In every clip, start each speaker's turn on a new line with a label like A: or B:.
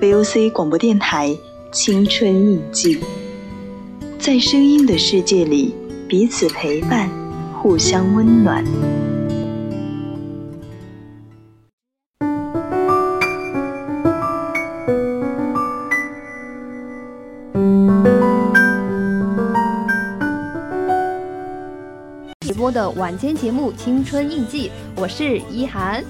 A: VOC 广播电台《青春印记》，在声音的世界里，彼此陪伴，互相温暖。
B: 直播的晚间节目《青春印记》，我是一涵。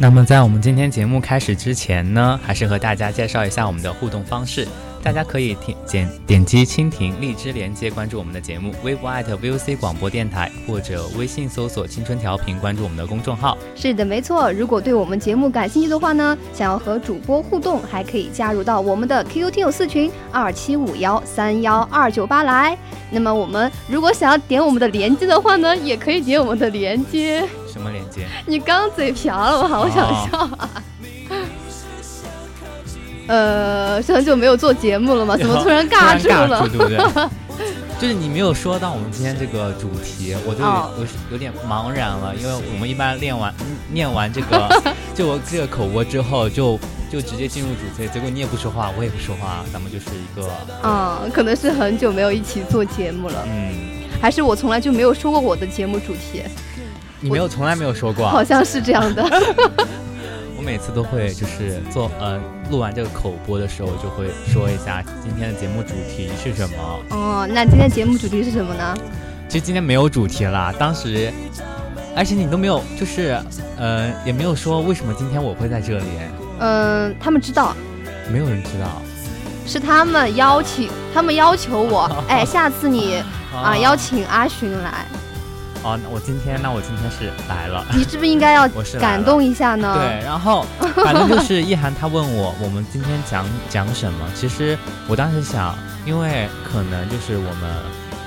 C: 那么，在我们今天节目开始之前呢，还是和大家介绍一下我们的互动方式。大家可以点点点击蜻蜓、荔枝连接关注我们的节目，微博 @VOC 广播电台或者微信搜索“青春调频”，关注我们的公众号。
B: 是的，没错。如果对我们节目感兴趣的话呢，想要和主播互动，还可以加入到我们的 QQ 听友四群二七五幺三幺二九八来。那么我们如果想要点我们的连接的话呢，也可以点我们的连接。
C: 什么链接？
B: 你刚嘴瓢了，我好想笑啊！呃，是很久没有做节目了 吗？怎么突然尬住
C: 突然
B: 了？
C: 对不对？ 就是你没有说到我们今天这个主题，我就有、
B: 哦
C: 我是有点茫然了，因为我们一般练完嗯念完这 个就我这个口播之后就。就直接进入主题，结果你也不说话，我也不说话，咱们就是一个，
B: 啊、可能是很久没有一起做节目了，
C: 嗯，
B: 还是我从来就没有说过我的节目主题，
C: 你没有从来没有说过啊，
B: 好像是这样的。
C: 我每次都会就是做呃录完这个口播的时候，就会说一下今天的节目主题是什么。
B: 哦、那今天节目主题是什么呢？
C: 其实今天没有主题啦，当时，而且你都没有就是呃也没有说为什么今天我会在这里，
B: 嗯、他们知道
C: 没有人知道
B: 是他们邀请，他们要求 我，哎，下次你啊、邀请阿寻来，
C: 哦，那我今天那我今天是来了。
B: 你是不是应该要
C: 我是来了
B: 感动一下呢？
C: 对，然后反正就是叶涵他问我，我们今天讲讲什么？其实我当时想，因为可能就是我们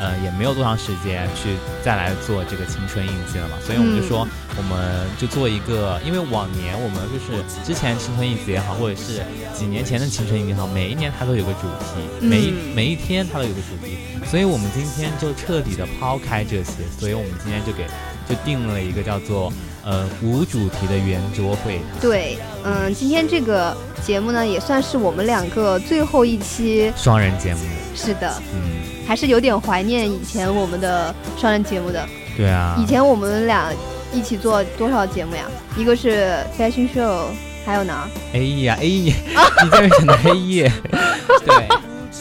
C: 呃也没有多长时间去再来做这个青春印记了嘛，所以我们就
B: 嗯
C: 说，我们就做一个，因为往年我们就是之前青春印记也好，或者是几年前的青春印记也好，每一年它都有个主题，每一、
B: 嗯
C: 每一天它都有个主题，所以我们今天就彻底的抛开这些，所以我们今天就给就定了一个叫做呃无主题的圆桌会谈。
B: 对，嗯，今天这个节目呢，也算是我们两个最后一期，
C: 双人节目，
B: 是的，
C: 嗯，
B: 还是有点怀念以前我们的双人节目的。
C: 对啊，
B: 以前我们俩一起做多少节目呀？一个是 fashion show，还有呢？
C: A E 啊 A E，你 在想的 A E，对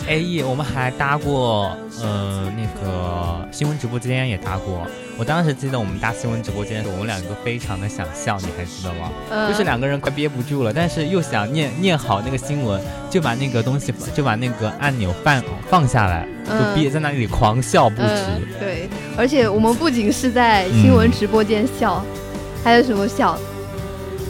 C: A E，我们还搭过呃那个新闻直播间也搭过。我当时记得我们搭新闻直播间的时候，我们两个非常的想笑，你还记得吗？
B: 嗯
C: 就是两个人快憋不住了，但是又想念念好那个新闻，就把那个东西就把那个按钮放放下来，就
B: 嗯
C: 憋在那里狂笑不止。
B: 嗯，对，而且我们不仅是在新闻
C: 嗯
B: 直播间笑，还有什么笑？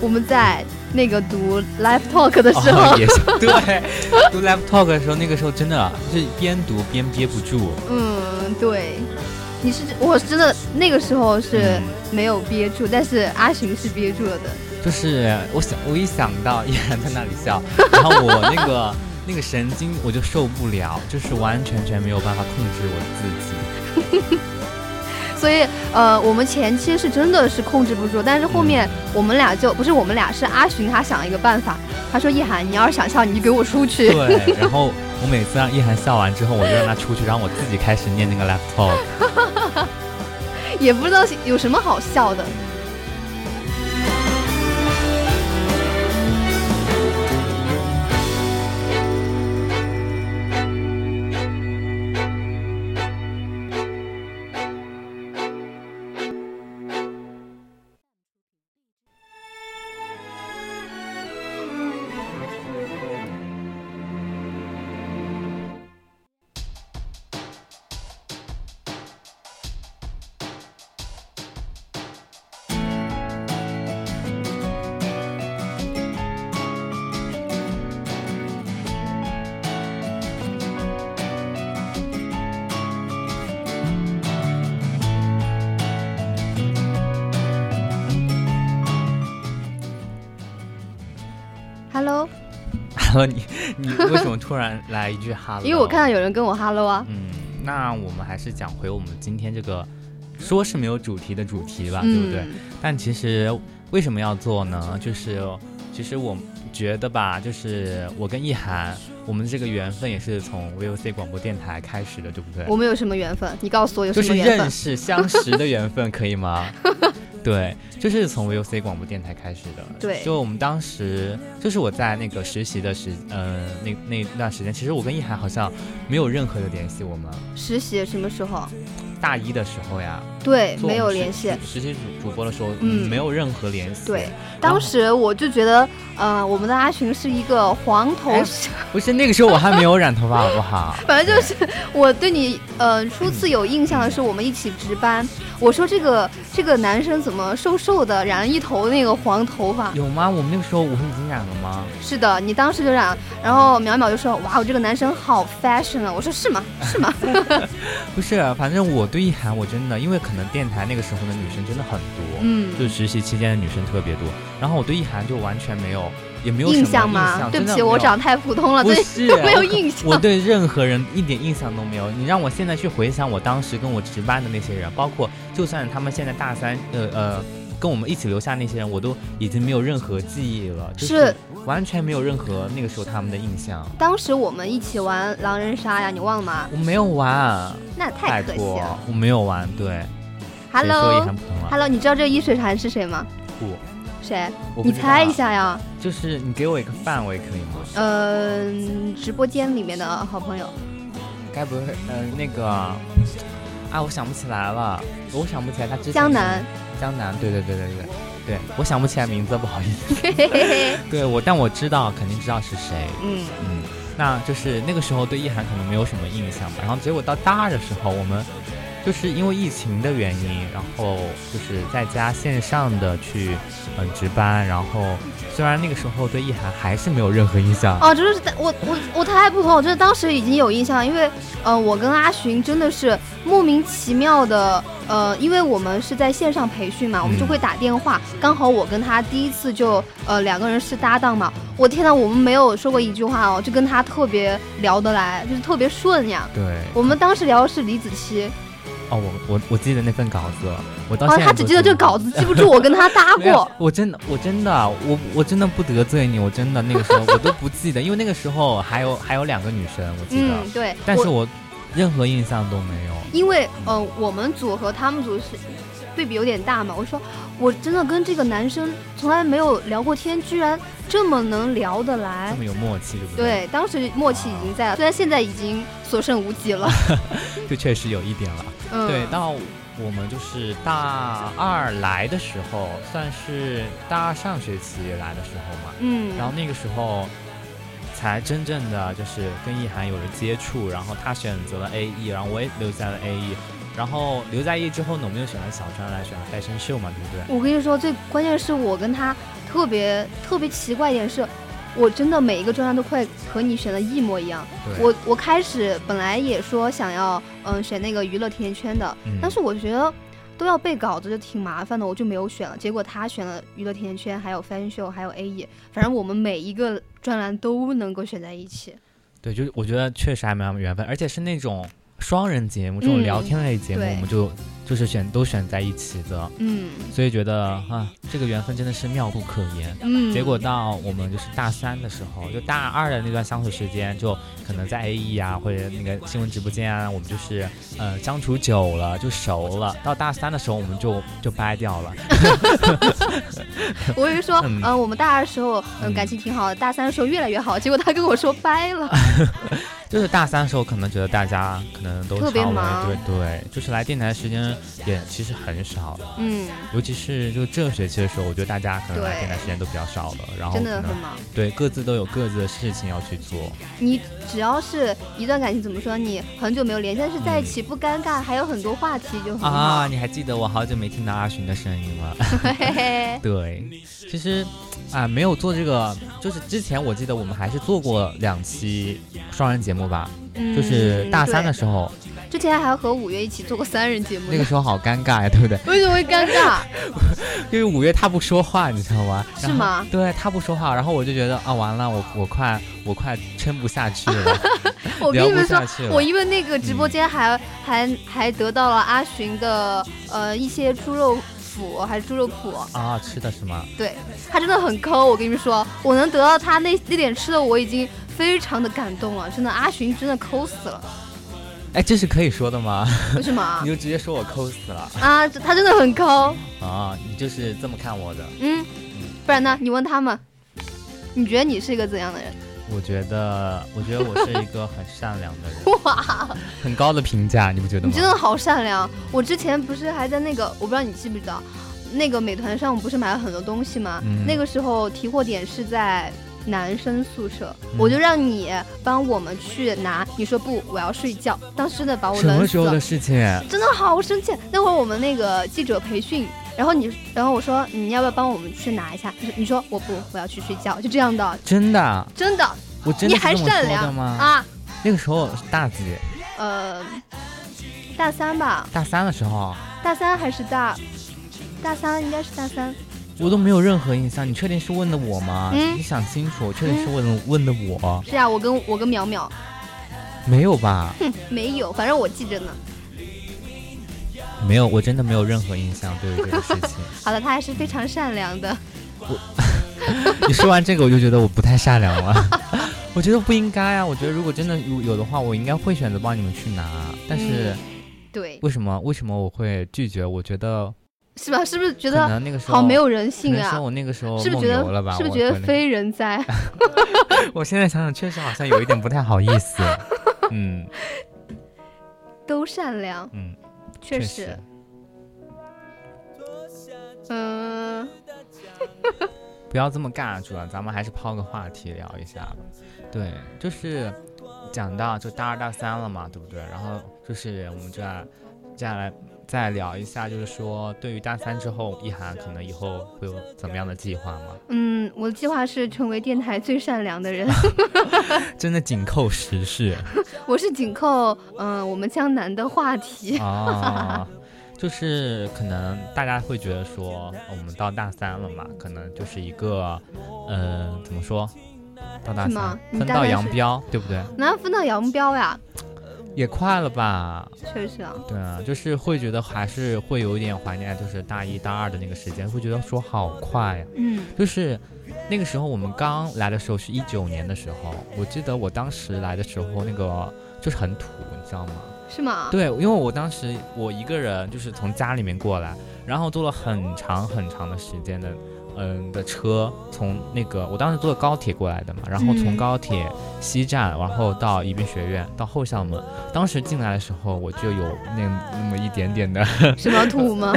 B: 我们在那个读 live talk 的时候，
C: 哦，也是对， 读 live talk 的时候，那个时候真的啊是边读边憋不住。
B: 嗯，对，你是我真的那个时候是
C: 嗯
B: 没有憋住，但是阿寻是憋住了的。
C: 就是我想，我一想到依然在那里笑，然后我那个 那个神经我就受不了，就是完全全没有办法控制我自己。
B: 所以呃，我们前期是真的是控制不住，但是后面我们俩就不是我们俩，是阿寻他想了一个办法，他说一涵，你要是想笑，你就给我出去。
C: 对，然后我每次让一涵笑完之后，我就让他出去，然后我自己开始念那个 live talk。
B: 也不知道有什么好笑的。 Hello，
C: 哈喽，你你为什么突然来一句哈喽？
B: 因为我看到有人跟我 Hello 啊。
C: 嗯，那我们还是讲回我们今天这个说是没有主题的主题吧，对不对？
B: 嗯，
C: 但其实为什么要做呢？就是其实我觉得吧，就是我跟意涵，我们这个缘分也是从 VOC 广播电台开始的，对不对？
B: 我们有什么缘分？你告诉我有
C: 哎就
B: 什
C: 是
B: 么缘分
C: 认？识相识的缘分，可以吗？ 对，就是从 VOC 广播电台开始的。
B: 对
C: 就我们当时，就是我在那个实习的时，呃，那那段时间，其实我跟意涵好像没有任何的联系。我们
B: 实习什么时候？
C: 大一的时候呀，
B: 对，
C: 做我
B: 没
C: 们
B: 有
C: 实
B: 联系。
C: 实习主主播的时候，
B: 嗯
C: 没有任何联系。
B: 对，当时我就觉得，呃，我们的阿群是一个黄头
C: 哎
B: 小，
C: 不是那个时候我还没有染头发，好不好？
B: 反正就是我对你，呃，初次有印象的是我们一起值班，我说这个这个男生怎么瘦瘦的，染了一头那个黄头发。
C: 有吗？我们那个时候我们已经染了吗？
B: 是的，你当时就染，然后淼淼就说，哇，我这个男生好 fashion 啊。我说是吗？是吗？
C: 不是，啊反正我对意涵，我真的，因为可能电台那个时候的女生真的很多，
B: 嗯，
C: 就实习期间的女生特别多。然后我对意涵就完全没有，也没有什么
B: 印象吗？对
C: 真
B: 不
C: 的
B: 起，
C: 没
B: 我
C: 有
B: 长得太普通了，
C: 不
B: 对，
C: 是啊
B: 没有
C: 我
B: 印象。
C: 我对任何人一点印象都没有。你让我现在去回想我当时跟我值班的那些人，包括就算他们现在大三，呃呃，跟我们一起留下那些人，我都已经没有任何记忆了，就是完全没有任何那个时候他们的印象。
B: 当时我们一起玩狼人杀呀，你忘了吗？
C: 我没有玩，
B: 那太
C: 拜
B: 可惜
C: 托
B: 了。，
C: 我没有玩。对谁说也很
B: Hello，Hello，
C: 普通了。
B: 你知道这个易水寒是谁吗？
C: 不，
B: 谁？
C: 我不
B: 你
C: 知道
B: 猜一，下呀。
C: 就是你给我一个范围可以吗？
B: 嗯、直播间里面的好朋 友，
C: 该不会呃那个啊，我想不起来了，我想不起来他之前
B: 江南。
C: 是江南，对对对对对对，我想不起来名字，不好意 思。
B: 嘿嘿嘿。
C: 对我，但我知道，肯定知道是谁。
B: 嗯，
C: 嗯，那就是那个时候对意涵可能没有什么印象吧。然后结果到大二的时候，我们就是因为疫情的原因，然后就是在家线上的去嗯、值班。然后虽然那个时候对意涵还是没有任何印象，
B: 哦，就是我我我太不同，我就是当时已经有印象，因为呃，我跟阿寻真的是莫名其妙的，呃，因为我们是在线上培训嘛，我们就
C: 嗯
B: 会打电话，刚好我跟他第一次就呃两个人是搭档嘛，我天呐，我们没有说过一句话哦，就跟他特别聊得来，就是特别顺呀。
C: 对。
B: 我们当时聊的是李子柒，
C: 哦，我我我记得那份稿子，我到
B: 哦
C: 现，在、
B: 他只记得这个稿子，记不住我跟他搭
C: 没有
B: 过。
C: 我真的，我真的，啊我我真的不得罪你，我真的那个时候我都不记得，因为 那个时候还有还有两个女生，我记得，
B: 嗯，对，
C: 但
B: 我
C: 是我任何印象都没有。
B: 因为呃，我们组和他们组是对比有点大嘛。我说我真的跟这个男生从来没有聊过天，居然这么能聊得
C: 这
B: 来。
C: 么有默契，对不对？
B: 对，当时默契已经在了，虽然现在已经所剩无几了。
C: 对，就确实有一点了。
B: 嗯，
C: 对，到我们就是大二来的时候，算是大二上学期来的时候嘛，
B: 嗯，
C: 然后那个时候才真正的就是跟意涵有了接触，然后他选择了 A E，然后我也留在了 A E，然后留在 A E 之后呢，我们又选了小专栏，选了戴胜秀嘛，对不对？
B: 我跟你说，最关键是我跟他特别特别奇怪一点是，我真的每一个专栏都快和你选的一模一样。
C: 对，
B: 我我开始本来也说想要嗯选那个娱乐甜甜圈的，
C: 嗯
B: 但是我觉得都要背稿子就挺麻烦的，我就没有选了。结果他选了娱乐甜甜圈，还有 fashion show，还有 A E，反正我们每一个专栏都能够选在一起。
C: 对，就是我觉得确实还蛮有缘分，而且是那种双人节目，这种
B: 嗯
C: 聊天类节目，
B: 对
C: 我们就就是选都选在一起的，
B: 嗯
C: 所以觉得啊，这个缘分真的是妙不可言。
B: 嗯，
C: 结果到我们就是大三的时候，就大二的那段相处时间，就可能在 A E 啊或者那个新闻直播间啊，我们就是呃相处久了就熟了。到大三的时候，我们就就掰掉了。
B: 我以为说
C: 嗯
B: 嗯、我们大二时候嗯
C: 嗯
B: 感情挺好的，大三的时候越来越好，结果他跟我说掰 了。
C: 就是大三的时候，可能觉得大家可能都
B: 特别
C: 稍微
B: 忙
C: 对对，就是来电台的时间也其实很少，
B: 嗯，
C: 尤其是就这个学期的时候，我觉得大家可能来
B: 对
C: 电台时间都比较少了，然后
B: 真
C: 可
B: 的很
C: 能
B: 忙。
C: 对各自都有各自的事情要去做。
B: 你只要是一段感情，怎么说你很久没有联系，但是在一起不尴尬，还有很多话题就很好。
C: 嗯啊，你还记得我好久没听到阿寻的声音了？
B: 嘿嘿，
C: 对，其实啊、没有做这个，就是之前我记得我们还是做过两期双人节目吧，
B: 嗯
C: 就是大三的时候，
B: 对就之前还和五月一起做过三人节目呢，
C: 那个时候好尴尬呀， 对不对？
B: 为什么会尴 尬？
C: 因为五月他不说话，你知道吗？
B: 是
C: 然后
B: 吗
C: 对他不说话，然后我就觉得啊，完了，我我快我快撑不下去了。
B: 我跟
C: 聊
B: 你们
C: 不
B: 说
C: 下去，了
B: 我因为那个直播间还、还还得到了阿寻的呃一些猪肉脯还是猪肉脯，
C: 啊，吃的是吗？
B: 对他真的很抠。我跟你们说，我能得到他那那点吃的，我已经非常的感动了。真的，阿寻真的抠死了，
C: 哎，这是可以说的吗？
B: 为什么啊
C: 你？就直接说我抠死了
B: 啊，这他真的很抠。
C: 啊！你就是这么看我的？
B: 嗯，不然呢？你问他们，你觉得你是一个怎样的人？
C: 我觉得，我觉得我是一个很善良的人，
B: 哇，
C: 很高的评价，你不觉得
B: 你
C: 吗？
B: 真的好善良。我之前不是还在那个，我不知道你记不记得，那个美团上我不是买了很多东西吗？
C: 嗯
B: 那个时候提货点是在。男生宿舍，
C: 嗯
B: 我就让你帮我们去拿，你说不，我要睡觉。当时真的把我
C: 什
B: 冷
C: 么
B: 死
C: 时候
B: 了
C: 的，事情？
B: 真的好生气。那会儿我们那个记者培训，然后你，然后我说你要不要帮我们去拿一下？你说你说我不，我要去睡觉，就这样的，
C: 真的，
B: 真的，
C: 我真
B: 你
C: 的是
B: 还
C: 这么
B: 善
C: 说
B: 良
C: 的吗？
B: 啊？
C: 那个时候是大几？
B: 呃，大三吧，
C: 大三的时候，
B: 大三还是大，大三应该是大三。
C: 我都没有任何印象。你确定是问的我吗？
B: 嗯
C: 你想清楚，确定是问、问的我？
B: 是啊，我跟我跟淼淼，
C: 没有吧？
B: 哼，没有，反正我记着呢。
C: 没有，我真的没有任何印象对于这个事 情。
B: 好的，他还是非常善良的。
C: 你说完这个，我就觉得我不太善良了。 我觉得不应该啊！我觉得如果真的有有的话，我应该会选择帮你们去拿。但是
B: 嗯 对，
C: 为什么为什么我会拒绝？我觉得
B: 是吧？是不是觉
C: 可
B: 得
C: 能那个时候
B: 好没有人性
C: 可能是
B: 啊？
C: 我那个时候
B: 是不是
C: 梦
B: 觉
C: 游了
B: 得
C: 吧？
B: 是不是
C: 我
B: 觉
C: 可
B: 得
C: 能
B: 非人哉？
C: 我现在想想，确实好像有一点不太好意 思。嗯
B: 都善良，
C: 嗯，
B: 确
C: 确
B: 实。嗯、
C: 不要这么尬住了，啊咱们还是抛个话题聊一下吧。对，就是讲到就大二大三了嘛，对不对？然后就是我们这接下来再聊一下，就是说对于大三之后，一涵可能以后会有怎么样的计划吗？
B: 嗯，我的计划是成为电台最善良 的人。
C: 真的紧扣时事
B: 我是紧扣，嗯、我们江南的话题。
C: 啊。就是可能大家会觉得说，呃我们到大三了嘛，可能就是一个，呃，怎么说，到大
B: 什么
C: 三
B: 你
C: 分
B: 大
C: 道
B: 三
C: 扬
B: 是
C: 镳，对不对？
B: 哪有分道扬镳呀？
C: 也快了吧？
B: 确实啊，
C: 对啊，就是会觉得还是会有一点怀念，就是大一大二的那个时间，会觉得说好快呀、
B: 嗯，
C: 就是那个时候我们刚来的时候是一九年的时候，我记得我当时来的时候那个就是很土，你知道吗？
B: 是吗？
C: 对，因为我当时我一个人就是从家里面过来，然后坐了很长很长的时间的，嗯的车，从那个我当时坐高铁过来的嘛，然后
B: 嗯
C: 从高铁西站，然后到宜宾学院，到后校门。当时进来的时候，我就有那那么一点点的，
B: 什么土吗？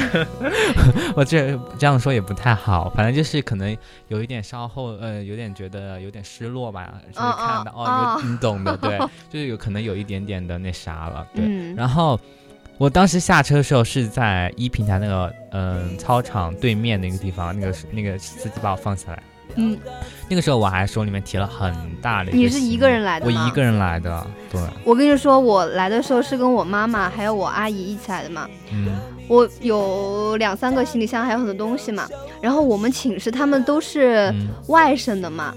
C: 我这这样说也不太好，反正就是可能有一点稍后，呃，有点觉得有点失落吧，就是
B: 哦哦
C: 看到哦，
B: 哦
C: 你你懂的， 对，就是有可能有一点点的那啥了， 对。
B: 嗯，
C: 然后我当时下车的时候是在一平台那个嗯、操场对面那个地方，那个那个司机把我放下来。
B: 嗯，
C: 那个时候我还手里面提了很大的个
B: 你是
C: 行李
B: 一个人来的
C: 我
B: 吗
C: 一个人来的，对，
B: 我跟你说，我来的时候是跟我妈妈还有我阿姨一起来的嘛。
C: 嗯，
B: 我有两三个行李箱，还有很多东西嘛。然后我们寝室他们都是
C: 嗯
B: 外省的嘛。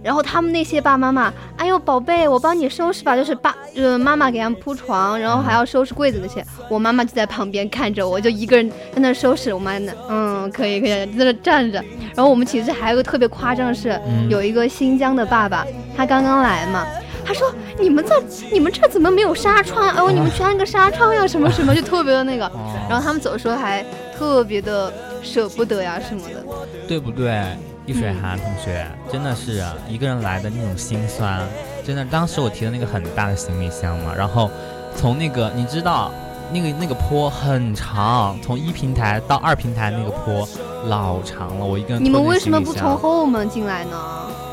B: 然后他们那些爸爸妈妈，哎呦宝贝，我帮你收拾吧，就是爸，就是妈妈给他们铺床，然后还要收拾柜子那些。我妈妈就在旁边看着我，就一个人在那收拾。我妈在那，嗯，可以可以，在那站着。然后我们寝室还有个特别夸张的是，
C: 嗯
B: 有一个新疆的爸爸，他刚刚来嘛，他说你们这你们这怎么没有纱窗呀？哎呦，你们去安个纱窗呀，什么什么，就特别的那个。
C: 哦
B: 然后他们走的时候还特别的舍不得呀什么的。
C: 对不对？易水
B: 嗯
C: 寒同学，真的是啊一个人来的那种心酸，真的。当时我提了那个很大的行李箱嘛，然后从那个你知道，那个那个坡很长，从一平台到二平台那个坡老长了，我一个嗯人。
B: 你们为什么不从？后门进来呢？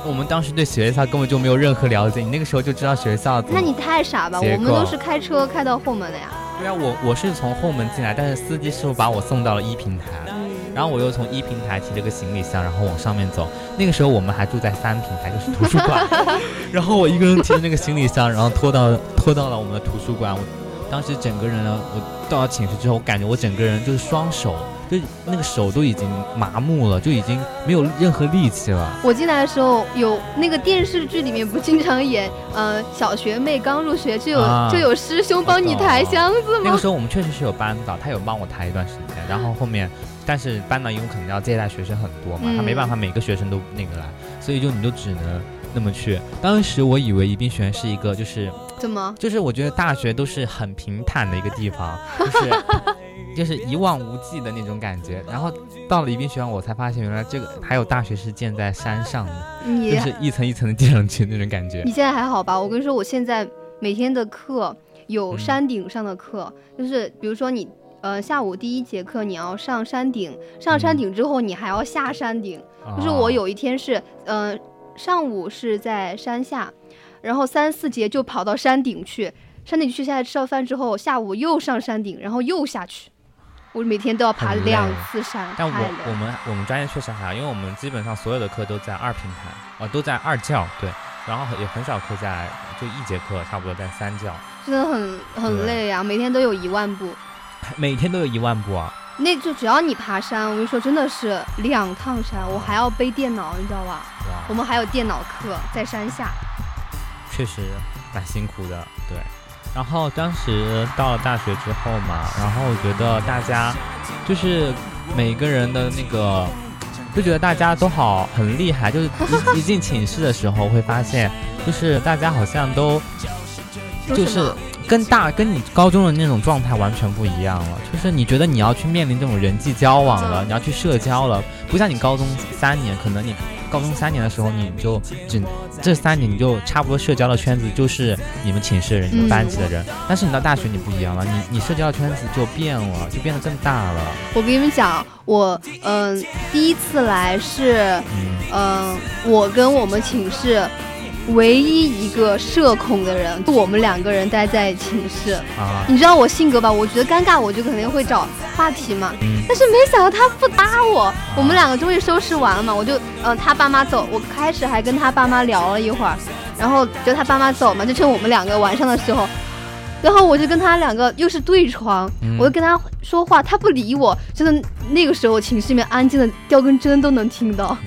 C: 我们当时对学校根本就没有任何了解，你那个时候就知道学校怎么。
B: 那你太傻吧，
C: 结
B: 我
C: 果
B: 们都是开车开到后门的呀。
C: 对啊，我我是从后门进来，但是司机师傅把我送到了一平台。然后我又从一平台提了个行李箱，然后往上面走。那个时候我们还住在三平台，就是图书馆。然后我一个人提着那个行李箱，然后拖到拖到了我们的图书馆。我当时整个人呢，我到了寝室之后，我感觉我整个人就是双手，就是那个手都已经麻木了，就已经没有任何力气了。
B: 我进来的时候有那个电视剧里面不经常演，呃，小学妹刚入学就有、
C: 啊
B: 就有师兄帮你
C: 我懂
B: 抬箱 子
C: 那个
B: 吗？
C: 时候我们确实是有班导，他有帮我抬一段时间，然后后面，但是班导因为可能要接待学生很多嘛，
B: 嗯
C: 他没办法每个学生都那个来，所以就你就只能那么去。当时我以为宜宾学院是一个就是
B: 怎 么？
C: 就是我觉得大学都是很平坦的一个 地方，就是就是一望无际的那种感觉。然后到了宜宾学院，我才发现原来这个还有大学是建在山上 的，
B: 你
C: 就是一层一层的建上去那种感觉
B: 你。现在还好吧？我跟你说，我现在每天的课有
C: 嗯
B: 山顶上的课，就是比如说你呃下午第一节课你要上山顶，上山
C: 嗯
B: 顶之后你还要下山顶，
C: 哦
B: 就是我有一天是呃上午是在山下，然后三四节就跑到山顶去，山顶去下来吃了饭之后，下午又上山顶，然后又下去，我每天都要爬
C: 很累
B: 两次山，
C: 但
B: 太
C: 我
B: 累
C: 我
B: 了。
C: 们我们专业确实还好，因为我们基本上所有的课都在二平台，呃，都在二教对，然后也很少课在就一节课差不多在三教，
B: 真的很很
C: 对
B: 累啊，每天都有一万步。
C: 每天都有一万步啊，
B: 那就只要你爬山，我跟你说，真的是两趟山，我还要背电脑，你知道吧？我
C: 哇，
B: 们还有电脑课在山下，
C: 确实蛮辛苦的，对。然后当时到了大学之后嘛，然后我觉得大家就是每个人的那个，就觉得大家都好很厉害，就是 一一进寝室的时候会发现，就是大家好像都
B: 说
C: 就
B: 什
C: 是
B: 么
C: 跟大跟你高中的那种状态完全不一样了，就是你觉得你要去面临这种人际交往了，你要去社交了，不像你高中三年，可能你高中三年的时候你就只这三年你就差不多社交的圈子就是你们寝室的人、你们班级的人，
B: 嗯
C: 但是你到大学你不一样了，你你社交的圈子就变了，就变得更大了，
B: 我跟你们讲，我嗯、第一次来是
C: 嗯，
B: 嗯、我跟我们寝室唯一一个社恐的人，就我们两个人待在寝室。
C: 啊，
B: 你知道我性格吧？我觉得尴尬，我就肯定会找话题嘛。
C: 嗯，
B: 但是没想到他不搭我，我们两个终于收拾完了嘛，我就呃他爸妈走，我开始还跟他爸妈聊了一会儿，然后就他爸妈走嘛，就趁我们两个晚上的时候，然后我就跟他两个又是对床，
C: 嗯
B: 我就跟他说话，他不理我，真的那个时候寝室里面安静的掉根针都能听到，
C: 哇，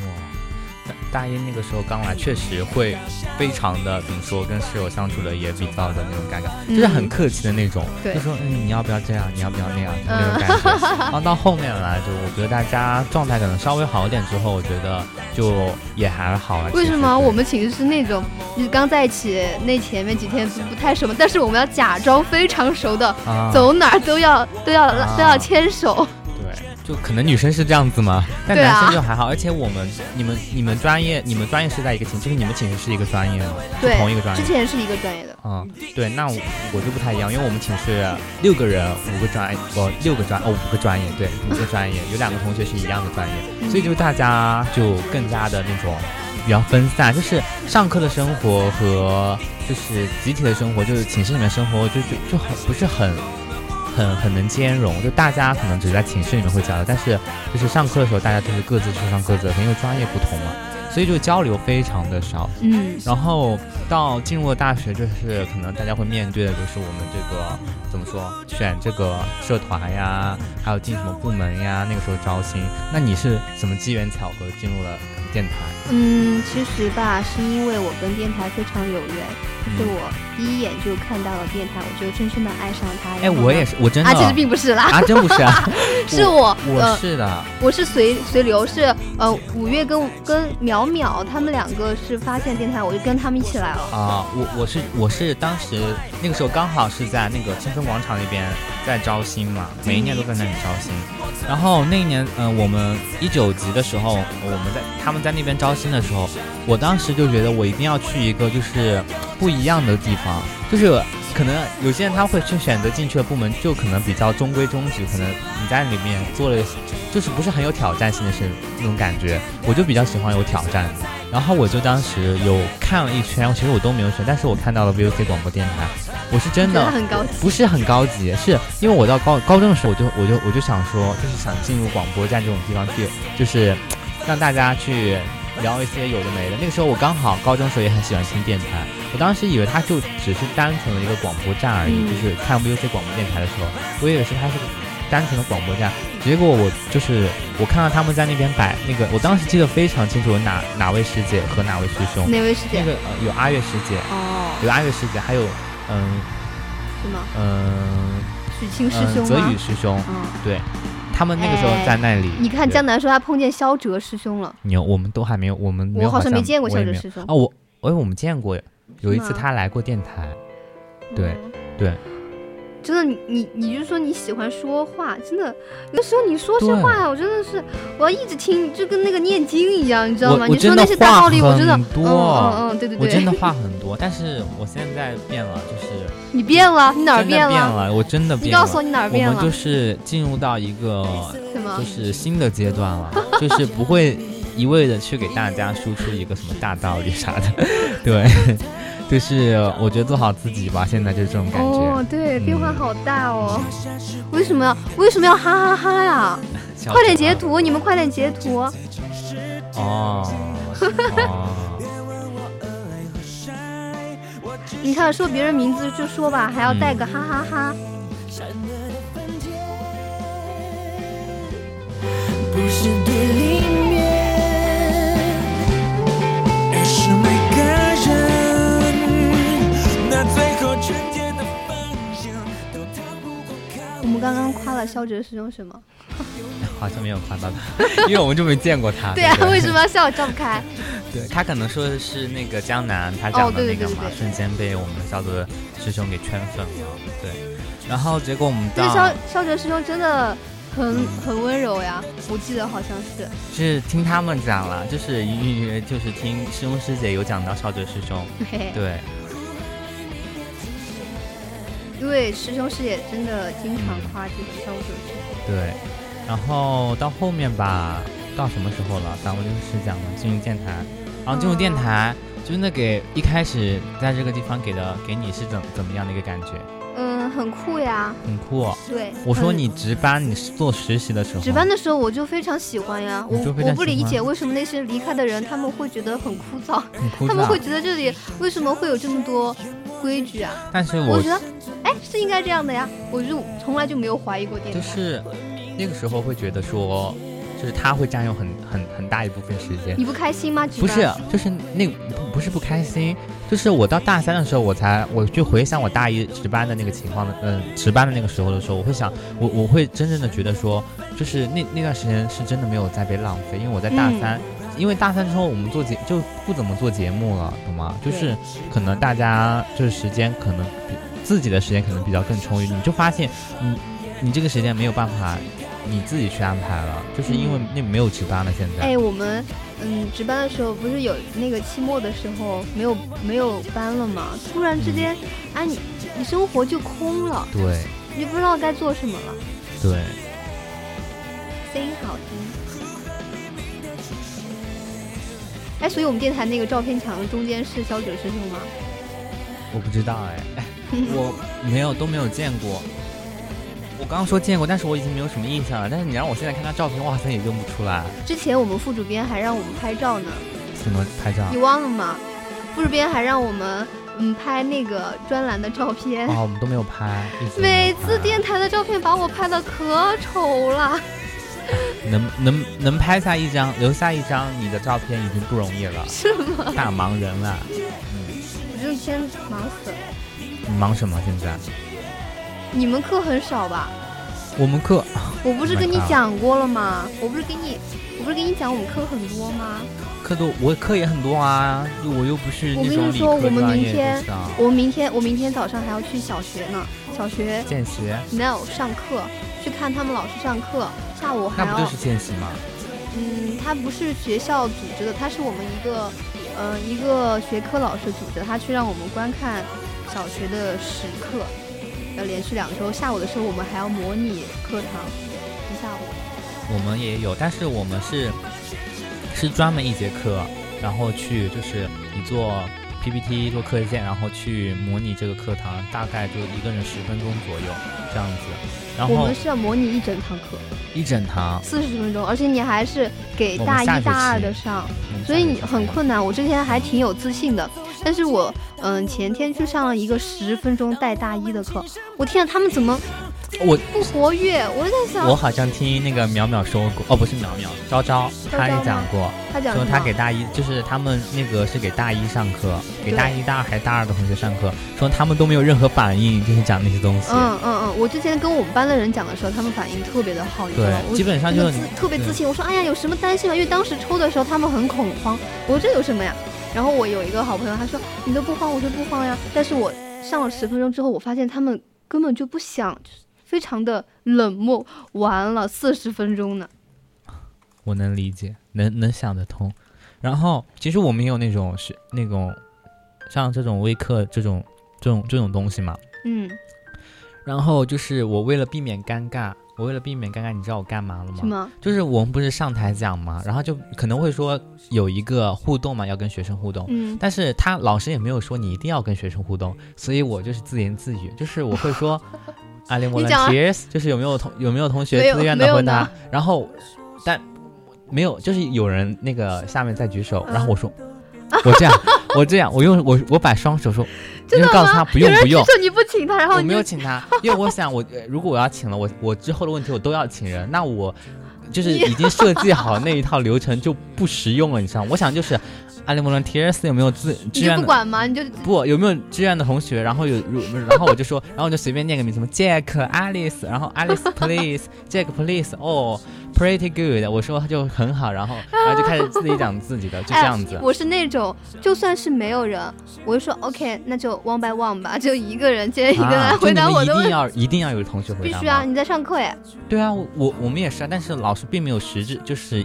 C: 大大一那个时候刚
B: 嗯
C: 来，确实会非常的，怎么说，跟室友相处的也比较的那种尴尬，就是很客气的那种，
B: 嗯对嗯
C: 就说嗯，你要不要这样，你要不要那样，就那种感觉。 然后到后面来，就我觉得大家状态可能稍微好一点之后，我觉得就也还好了。
B: 为什么
C: 其实
B: 我们寝室是那种，就是刚在一起那前面几天不不太熟嘛，但是我们要假装非常熟的，
C: 啊，
B: 走哪儿都要都要
C: 啊
B: 都要牵手，
C: 对，就可能女生是这样子嘛，但
B: 对啊
C: 男生就还好。而且我们、你们、你们专业、你们专业是在一个寝，就是你们寝室是一个专业吗？
B: 对
C: 是同一个专，业
B: 之。前是一个专业的。
C: 嗯，对，那我我就不太一样，因为我们寝室六个人，五个专，哦，六个专，哦，五个专业，对，五个专业，有两个同学是一样的专业，所以就大家就更加的那种比较分散，就是上课的生活和就是集体的生活，就是寝室里面生活就就就很不是很。很很能兼容，就大家可能只在寝室里面会交流，但是就是上课的时候，大家都是各自去上各自的课，因为专业不同嘛，所以就交流非常的少。
B: 嗯，
C: 然后到进入了大学，就是可能大家会面对的就是我们这个怎么说，选这个社团呀，还有进什么部门呀，那个时候招新。那你是什么机缘巧合进入了电台？
B: 嗯，其实吧，是因为我跟电台非常有缘，就是
C: 嗯，
B: 我第一眼就看到了电台，我就深深的爱上它。
C: 哎，我也
B: 是。
C: 是，我真的
B: 啊，其实并不是啦，
C: 啊，真不 是啊，
B: 是我，
C: 我
B: 呃，
C: 是的，
B: 我是随随流，是呃，五月跟跟淼淼他们两个是发现电台，我就跟他们一起来了。
C: 啊，我我是我是当时那个时候刚好是在那个青春广场那边在招新嘛，每一年都在那里招新。然后那一年，嗯、我们一九级的时候，我们在他们在那边招新的时候，我当时就觉得我一定要去一个就是不一样的地方，就是可能有些人他会去选择进去的部门，就可能比较中规中矩，可能你在里面做了，就是不是很有挑战性的事那种感觉，我就比较喜欢有挑战的。然后我就当时有看了一圈，其实我都没有选，但是我看到了 VOC 广播电台，我是真
B: 真的
C: 的
B: 很高级，
C: 不是很高级，是因为我到高高中的时候，我就我就我就想说，就是想进入广播站这种地方去，就是让大家去聊一些有的没的。那个时候我刚好高中时候也很喜欢听电台，我当时以为它就只是单纯的一个广播站而已，
B: 嗯
C: 就是看 VOC 广播电台的时候，我以为是它是个单纯的广播站。结果我就是我看到他们在那边摆那个，我当时记得非常清楚有哪哪位师姐和哪位师兄，
B: 哪位师
C: 那
B: 姐？
C: 个、呃、有阿月师姐，
B: 哦，
C: 有阿月师姐，还有嗯
B: 是吗？
C: 嗯
B: 许清师
C: 嗯
B: 兄
C: 泽
B: 吗
C: 宇？师兄，
B: 嗯，
C: 对他们那个时候
B: 哎
C: 在那里。
B: 你看
C: 对
B: 江南说他碰见肖哲师兄了，
C: 有，我们都还没有，我们没有
B: 我好像没见过
C: 我
B: 肖
C: 也
B: 哲
C: 没有
B: 师兄。
C: 啊，我哎，我们见过，有一
B: 是
C: 次
B: 吗
C: 他来过电台，对
B: 嗯
C: 对，
B: 真的，你你你就说你喜欢说话，真的，有的时候你说这
C: 对
B: 话呀，我真的是，我要一直听，就跟那个念经一样，你知道
C: 我
B: 吗？你
C: 我
B: 说
C: 真
B: 那
C: 的
B: 些大
C: 话
B: 道理，我真的，
C: 很
B: 嗯
C: 多
B: 嗯嗯，对对
C: 我真
B: 对，
C: 的话很多，但是我现在变了，就是
B: 你变了，你哪儿
C: 真的变
B: 了？
C: 了？我真的
B: 你
C: 变
B: 告
C: 了。
B: 诉我你哪儿
C: 我
B: 变
C: 们
B: 了
C: 就？是进入到一个
B: 什么
C: 就？是新的阶段了，就是不会一味的去给大家输出一个什么大道理啥的， 对，就是我觉得做好自己吧，现在就是这种感觉。
B: 哦，对，变化
C: 嗯
B: 好大哦。为什么要为什么要哈哈哈呀？
C: 小
B: 快点
C: 哲啊
B: 截图，你们快点截图。
C: 哦 哦。
B: 你看，说别人名字就说吧，还要带
C: 嗯
B: 个哈哈哈。
D: 不是对立面，而是每个人那最后纯洁的方向都逃不过考
B: 我们刚刚夸了肖哲师兄什么？
C: 好像没有夸到他， 因为我们就没见过他。
B: 对啊
C: 不，
B: 为什么要笑？张不 开。
C: 对他可能说的是那个江南，他
B: 哦
C: 讲的
B: 对对
C: 那个
B: 对
C: 嘛，
B: 对对
C: 瞬间被我们小组的师兄给圈粉了。对，然后结果我们
B: 这
C: 到
B: 肖肖哲师兄真的很很温柔呀，我记得好像是。
C: 是听他们讲了，就是隐隐约就是听师兄师姐有讲到少哲师兄，
B: 嘿嘿
C: 对，
B: 因为师兄师姐真的经常夸这个肖哲师兄。
C: 对，然后到后面吧，到什么时候了？咱们就是讲了进入电台，然后进入电台，就是那给一开始在这个地方给的给你是怎怎么样的一个感觉？
B: 嗯，很酷呀，
C: 很酷、哦
B: 对。
C: 我说
B: 很
C: 你值班，你是做实习的时候，
B: 值班的时候我就非常喜欢呀，我
C: 你就非常
B: 我不理
C: 喜欢
B: 解为什么那些离开的人他们会觉得很枯燥，
C: 很枯
B: 他们会
C: 燥，
B: 觉得这里为什么会有这么多规矩啊？
C: 但是
B: 我
C: 我
B: 觉得，哎，是应该这样的呀，我就从来就没有怀疑过电台。
C: 就是那个时候会觉得说，就是他会占用很很很大一部分时间。
B: 你不开心吗？值
C: 不
B: 班
C: 是，啊就是那不不是不开心，就是我到大三的时候，我才我去回想我大一值班的那个情况的，嗯、值班的那个时候的时候，我会想，我我会真正的觉得说，就是那那段时间是真的没有再被浪费，因为我在大
B: 嗯
C: 三，因为大三之后我们做节就不怎么做节目了，懂吗？就是可能大家就是时间可能比自己的时间可能比较更充裕，你就发现你你这个时间没有办法你自己去安排了，就是因为那没有值班了现
B: 嗯
C: 在。
B: 哎，我们嗯值班的时候不是有那个期末的时候没有没有班了吗？突然之
C: 嗯
B: 间，哎、你你生活就空了，
C: 对
B: 你不知道该做什么了。
C: 对，
B: 声音好听。哎，所以我们电台那个照片墙中间是小九师兄吗？
C: 我不知道哎，我没有都没有见过。我刚刚说见过，但是我已经没有什么印象了。但是你让我现在看他照片，哇塞，也认不出来。
B: 之前我们副主编还让我们拍照呢，
C: 怎么拍照？
B: 你忘了吗？副主编还让我们嗯拍那个专栏的照片。
C: 啊，我们都没有拍。一直 没
B: 每
C: 有拍
B: 次电台的照片把我拍的可丑了，
C: 能能能拍下一张，留下一张你的照片已经不容易了，
B: 是吗？
C: 大忙人了。
B: 我真的天忙死了。
C: 你忙什么现在？
B: 你们课很少吧？
C: 我们课
B: 我不是跟你
C: Oh my god
B: 讲过了吗？我不是跟你，我不是跟你讲我们课很多吗？
C: 课都我课也很多啊，我又不是
B: 我
C: 那
B: 跟
C: 种
B: 你
C: 理
B: 说，我
C: 科
B: 们
C: 专
B: 明
C: 业
B: 天
C: 的上，
B: 我明天，我明天早上还要去小学呢。小学
C: 见习，
B: 没有上课，去看他们老师上课。下午还
C: 那不
B: 要
C: 就，是见习吗？
B: 嗯，他不是学校组织的，他是我们一个，嗯、一个学科老师组织的，他去让我们观看小学的实课，要连续两周。下午的时候，我们还要模拟课堂，一下午。
C: 我们也有，但是我们是是专门一节课，然后去就是你做 PPT 做课件，然后去模拟这个课堂，大概就一个人十分钟左右这样子。然
B: 我
C: 后
B: 们是要模拟一整堂课，
C: 一整堂，
B: 四十分钟，而且你还是给
C: 我们
B: 大
C: 下
B: 一、
C: 学
B: 大二
C: 期
B: 的上，
C: 嗯
B: 所以你
C: 下学期
B: 很困难。我之前还挺有自信的，但是我嗯前天去上了一个十分钟带大一的课，我天啊，他们怎么
C: 我
B: 不活跃？我在
C: 我
B: 想，
C: 好像听那个淼淼说过，哦，不是淼淼，昭昭，
B: 昭
C: 她也
B: 昭
C: 讲
B: 吗
C: 过，
B: 他讲
C: 说
B: 什
C: 他
B: 么
C: 给？大一，就是他们那个是给大一上课，给
B: 对
C: 大一、大二还是大二的同学上课，说他们都没有任何反应，就是讲那些东西。
B: 嗯嗯嗯，我之前跟我们班的人讲的时候，他们反应特别的好，你知道吗？
C: 对，
B: 我
C: 基本上就
B: 那个
C: 是
B: 自
C: 你
B: 特别
C: 对
B: 自信。我说哎呀，有什么担心吗？因为当时抽的时候他们很恐慌。我说这有什么呀？然后我有一个好朋友，他说你都不慌，我说不慌呀。但是我上了十分钟之后，我发现他们根本就不想，就是非常的冷漠。完了，四十分钟呢。
C: 我能理解，能能想得通。然后其实我们也有那种是那种像这种微课这种这种这种东西嘛。
B: 嗯，
C: 然后就是我为了避免尴尬，我为了避免尴尬，你知道我干嘛了吗？
B: 什么？
C: 就是我们不是上台讲嘛，然后就可能会说有一个互动嘛，要跟学生互动。
B: 嗯，
C: 但是他老师也没有说你一定要跟学生互动，所以我就是自言自语，就是我会 说，I v
B: 你讲啊
C: volunteers，就是有没有同有没有同
B: 没
C: 学
B: 有
C: 自愿
B: 没
C: 的
B: 有
C: 回答
B: 呢，
C: 然后但没有，就是有人那个下面在举手，
B: 嗯
C: 然后我说。 我这样，我这样，我用我我把双手说，
B: 真
C: 就
B: 的
C: 是
B: 吗？
C: 告诉他不用
B: 有人
C: 不用
B: 举，手你不请他，然后
C: 我
B: 哦你
C: 没
B: 就
C: 有请他，因为我想我呃如果我要请了我我之后的问题我都要请人，那我就是已经设计好那一套流程就不实用了，你知道吗？我想就是阿里莫伦 T S 有没有志
B: 你
C: 志
B: 就
C: 愿
B: 不
C: 的
B: 管吗？你就
C: 不有没有志愿的同学，然后有如然后我就说，然后我就随便念个名字，什么 Jack Alice，然后 Alice please Jack please 哦 pretty good，我说就很好，然后然后就开始自己讲自己的，就这样子
B: 哎。。我是那种，就算是没有人，我就说 OK，那就 one by one 吧， 就一个人接一个人来
C: 啊，就
B: 回
C: 你
B: 答
C: 们
B: 我
C: 一
B: 的问
C: 定
B: 题。
C: 要一定要有同学回
B: 必
C: 答
B: 须
C: 吗
B: 啊！你在上课哎，
C: 对啊，我我我们也是啊，但是老师并没有实质，就是，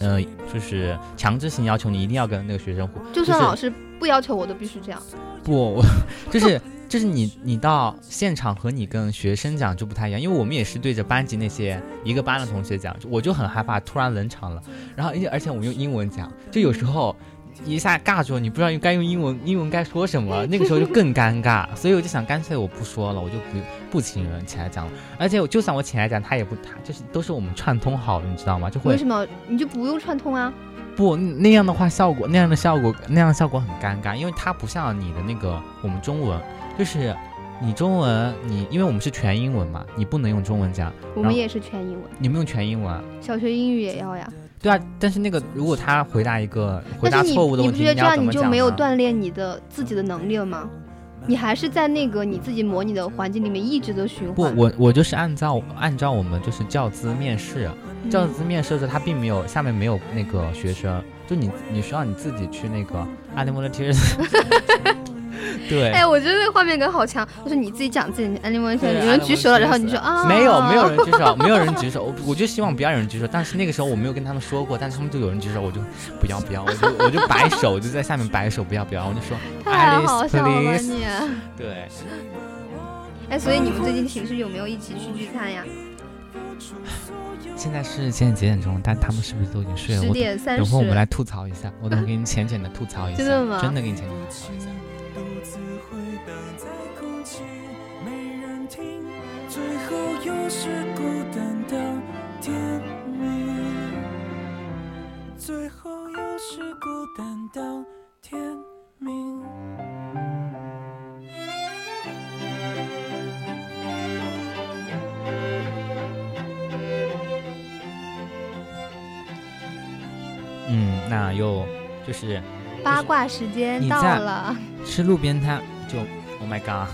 C: 呃，就是强制性要求你一定要跟那个学生互，
B: 就算老
C: 是
B: 师不要求我，都必须这样。
C: 不，我就是就是你你到现场和你跟学生讲就不太一样，因为我们也是对着班级那些一个班的同学讲，我就很害怕突然冷场了，然后而且而且我们用英文讲，就有时候。一下尬住了，你不知道该用英文，英文该说什么，那个时候就更尴尬，所以我就想，干脆我不说了，我就不不请人起来讲了。而且我就算我请来讲，他也不，他就是都是我们串通好的，你知道吗？就会
B: 为什么你就不用串通啊？
C: 不那样的话，效果那样的效果那样的效果很尴尬，因为它不像你的那个我们中文，就是你中文你因为我们是全英文嘛，你不能用中文讲，
B: 我
C: 然
B: 们
C: 后
B: 也是全英文，
C: 你们用全英文啊，
B: 小学英语也要呀。
C: 对啊。但是那个如果他回答一个回答
B: 但是你
C: 错误的
B: 你
C: 问
B: 不
C: 题，
B: 觉得这
C: 要
B: 样
C: 怎
B: 你
C: 么
B: 就
C: 讲
B: 没有
C: 呢
B: 锻炼你的自己的能力了吗？你还是在那个你自己模拟的环境里面一直的循
C: 不，
B: 环。
C: 我我就是按照按照我们就是教资面试，
B: 嗯
C: 教资面试的时候，他并没有下面没有那个学生，就你你需要你自己去那个 a n i m a l t e r s 对，
B: 哎，我觉得那个画面感好强。就是你自己讲自己的 animation，
C: 对
B: 有人举手了，然后你说啊，
C: 啊没有，没有人举手， 没有人举手。我我就希望不要有人举手，但是那个时候我没有跟他们说过，但是他们就有人举手，我就不要不要，我就我就摆手，我就在下面摆手，不要不要，我就说
B: 太好
C: Alice
B: 笑了吧
C: please。
B: 你！
C: 对，
B: 哎，所以你们最近寝室有没有一起去聚餐呀？
C: 现在是现在几点钟？但他们是不是都已经睡了？
B: 十
C: 我
B: 点三
C: 等会儿我们
B: 十。
C: 来吐槽一下，我等会儿给你浅浅的吐槽一下，
B: 真的吗
C: 真的给你浅浅地吐槽一下。
D: 独自回荡在空气，没人听，最后又是孤单到天明，最后又是孤单到天明。
C: 嗯，那又就是
B: 八卦时间
C: 你
B: 到
C: 在
B: 了。
C: 吃路边摊就，Oh my god，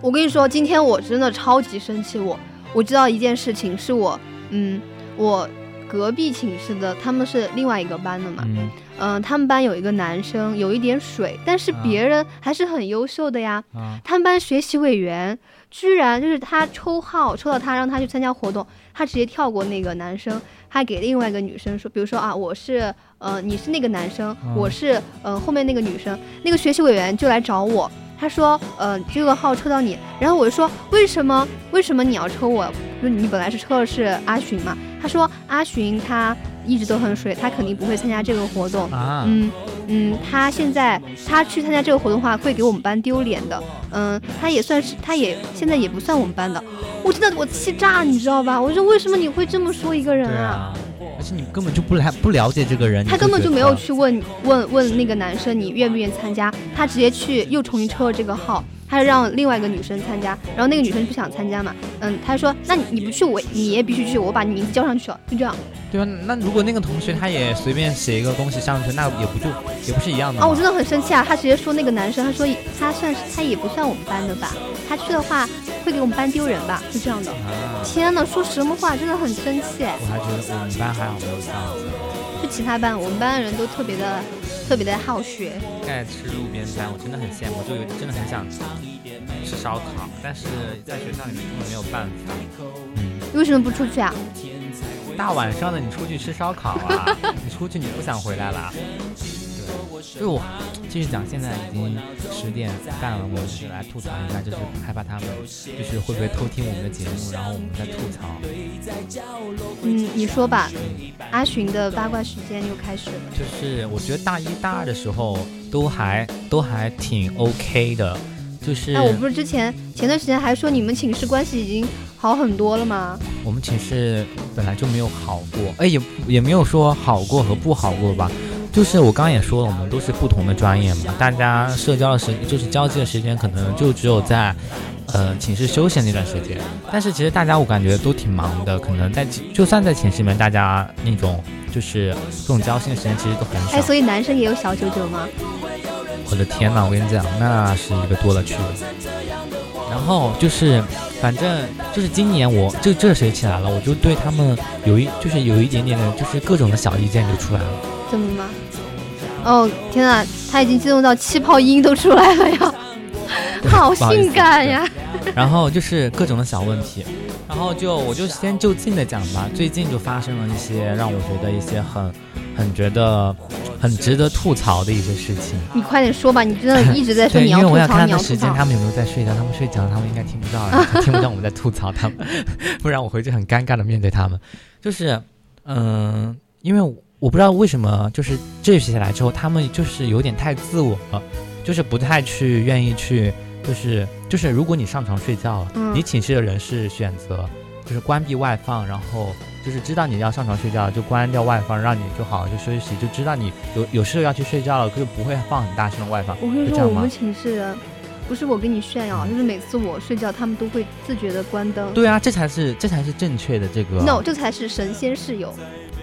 B: 我跟你说，今天我真的超级生气。我我知道一件事情，是我，嗯，我隔壁寝室的，他们是另外一个班的嘛，
C: 嗯，
B: 嗯、他们班有一个男生有一点水，但是
C: 啊
B: 别人还是很优秀的呀。
C: 啊，
B: 他们班学习委员居然就是他抽号抽到他，让他去参加活动，他直接跳过那个男生，还给另外一个女生说，比如说啊，我是呃你是那个男生，
C: 嗯
B: 我是呃后面那个女生，那个学习委员就来找我。他说，呃，这个号抽到你，然后我就说为什么？为什么你要抽我？就你本来是抽的是阿寻嘛？他说阿寻他一直都很水，他肯定不会参加这个活动。
C: 啊，
B: 嗯嗯，他现在他去参加这个活动的话，会给我们班丢脸的。嗯，他也算是，他也现在也不算我们班的。我真的我气炸，你知道吧？我说为什么你会这么说一个人
C: 对啊，而且你根本就不了不了解这个人，
B: 他
C: 你
B: 根本就
C: 觉
B: 没有
C: 得
B: 去问问问那个男生你愿不愿意参加，他直接去又重新抽了这个号，他让另外一个女生参加，然后那个女生不想参加嘛，嗯，他说那你你不去我你也必须去，我把你名字交上去了，就这样。
C: 对啊，那如果那个同学他也随便写一个恭喜上去，那也不就也不是一样的
B: 啊，我真
C: 道。
B: 的很生气啊！他直接说那个男生，他说他算是他也不算我们班的吧，他去的话会给我们班丢人吧，就这样的。
C: 啊，
B: 天呐，说什么话，真的很生气。
C: 我还觉得我们班还好没有这样子，
B: 就其他班，我们班的人都特别的特别的好学。
C: 爱吃路边摊，我真的很羡慕，就有真的很想吃烧烤，但是在学校里面根本没有办法。
B: 为什么不出去啊？
C: 大晚上的你出去吃烧烤啊？你出去你不想回来啦？对，就我继续讲，现在已经十点半了，我们就是来吐槽一下，就是害怕他们就是会不会偷听我们的节目，然后我们再吐槽。
B: 嗯，你说吧。阿寻的八卦时间又开始了。
C: 就是我觉得大一大二的时候都还都还挺 OK 的，就是
B: 那我不是之前前段时间还说你们寝室关系已经好很多了吗？
C: 我们寝室本来就没有好过，哎，也也没有说好过和不好过吧。就是我刚刚也说了，我们都是不同的专业嘛，大家社交的时，就是交际的时间，可能就只有在，呃，寝室休息那段时间。但是其实大家我感觉都挺忙的，可能在寝就算在寝室里面，大家那种就是这种交心的时间其实都很
B: 哎，
C: 少。
B: 所以男生也有小九九吗？
C: 我的天呐，我跟你讲，那是一个多了去了。然后就是，反正就是今年我这这学期来了，我就对他们有一就是有一点点的，就是各种的小意见就出来了。
B: 怎么吗？哦，天呐，他已经激动到气泡音都出来了呀， 好
C: 不好意思
B: 性感呀！
C: 然后就是各种的小问题，然后就我就先就近的讲吧。最近就发生了一些让我觉得一些很很觉得很值得吐槽的一些事情。
B: 你快点说吧，你真的一直 在说
C: 对，
B: 你
C: 因
B: 要
C: 为
B: 吐
C: 我想
B: 槽，
C: 看
B: 你
C: 他
B: 要
C: 们
B: 吐
C: 时间，
B: 槽。
C: 他们有没有在睡觉？他们睡着了，他们应该听不到，然后听不到我们在吐槽他们， 不然我会就很尴尬的面对他们。就是，嗯、因为我我不知道为什么，就是这学期来之后，他们就是有点太自我了，就是不太去愿意去，就是就是，如果你上床睡觉了，
B: 嗯
C: 你寝室的人是选择就是关闭外放，然后。就是知道你要上床睡觉，就关掉外放，让你就好好就休息，就知道你有有事要去睡觉了，就不会放很大声的外放。
B: 我跟你
C: 就这
B: 说，
C: 样
B: 我
C: 吗
B: 们寝室人不是我跟你炫耀，就是每次我睡觉，他们都会自觉的关灯。
C: 对啊，啊这才是这才是正确的这个
B: no，这才是神仙室友。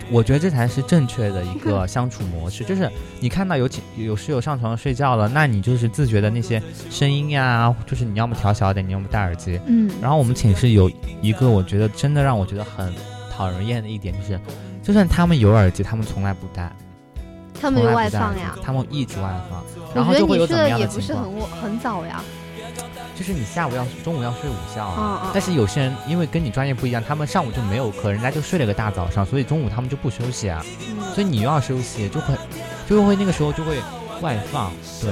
C: 我觉得这才是正确的一个相处模式，就是你看到有寝有室友上床睡觉了，那你就是自觉的那些声音呀，就是你要么调小点，你要么戴耳机。
B: 嗯，
C: 然后我们寝室有一个我觉得真的让我觉得很讨人厌的一点就是，就算他们有耳机，他们从来不戴，
B: 他
C: 他
B: 们就外放呀。
C: 他们一直外放，
B: 我
C: 然后
B: 觉得
C: 就会
B: 你
C: 有
B: 睡
C: 怎么
B: 的
C: 样
B: 也
C: 的
B: 不
C: 情
B: 是
C: 况？
B: 很晚很早呀。
C: 就是你下午要中午要睡午觉啊，
B: 嗯嗯
C: 但是有些人因为跟你专业不一样，他们上午就没有课，人家就睡了个大早上，所以中午他们就不休息啊，
B: 嗯，
C: 所以你又要休息，就会就会那个时候就会外放，对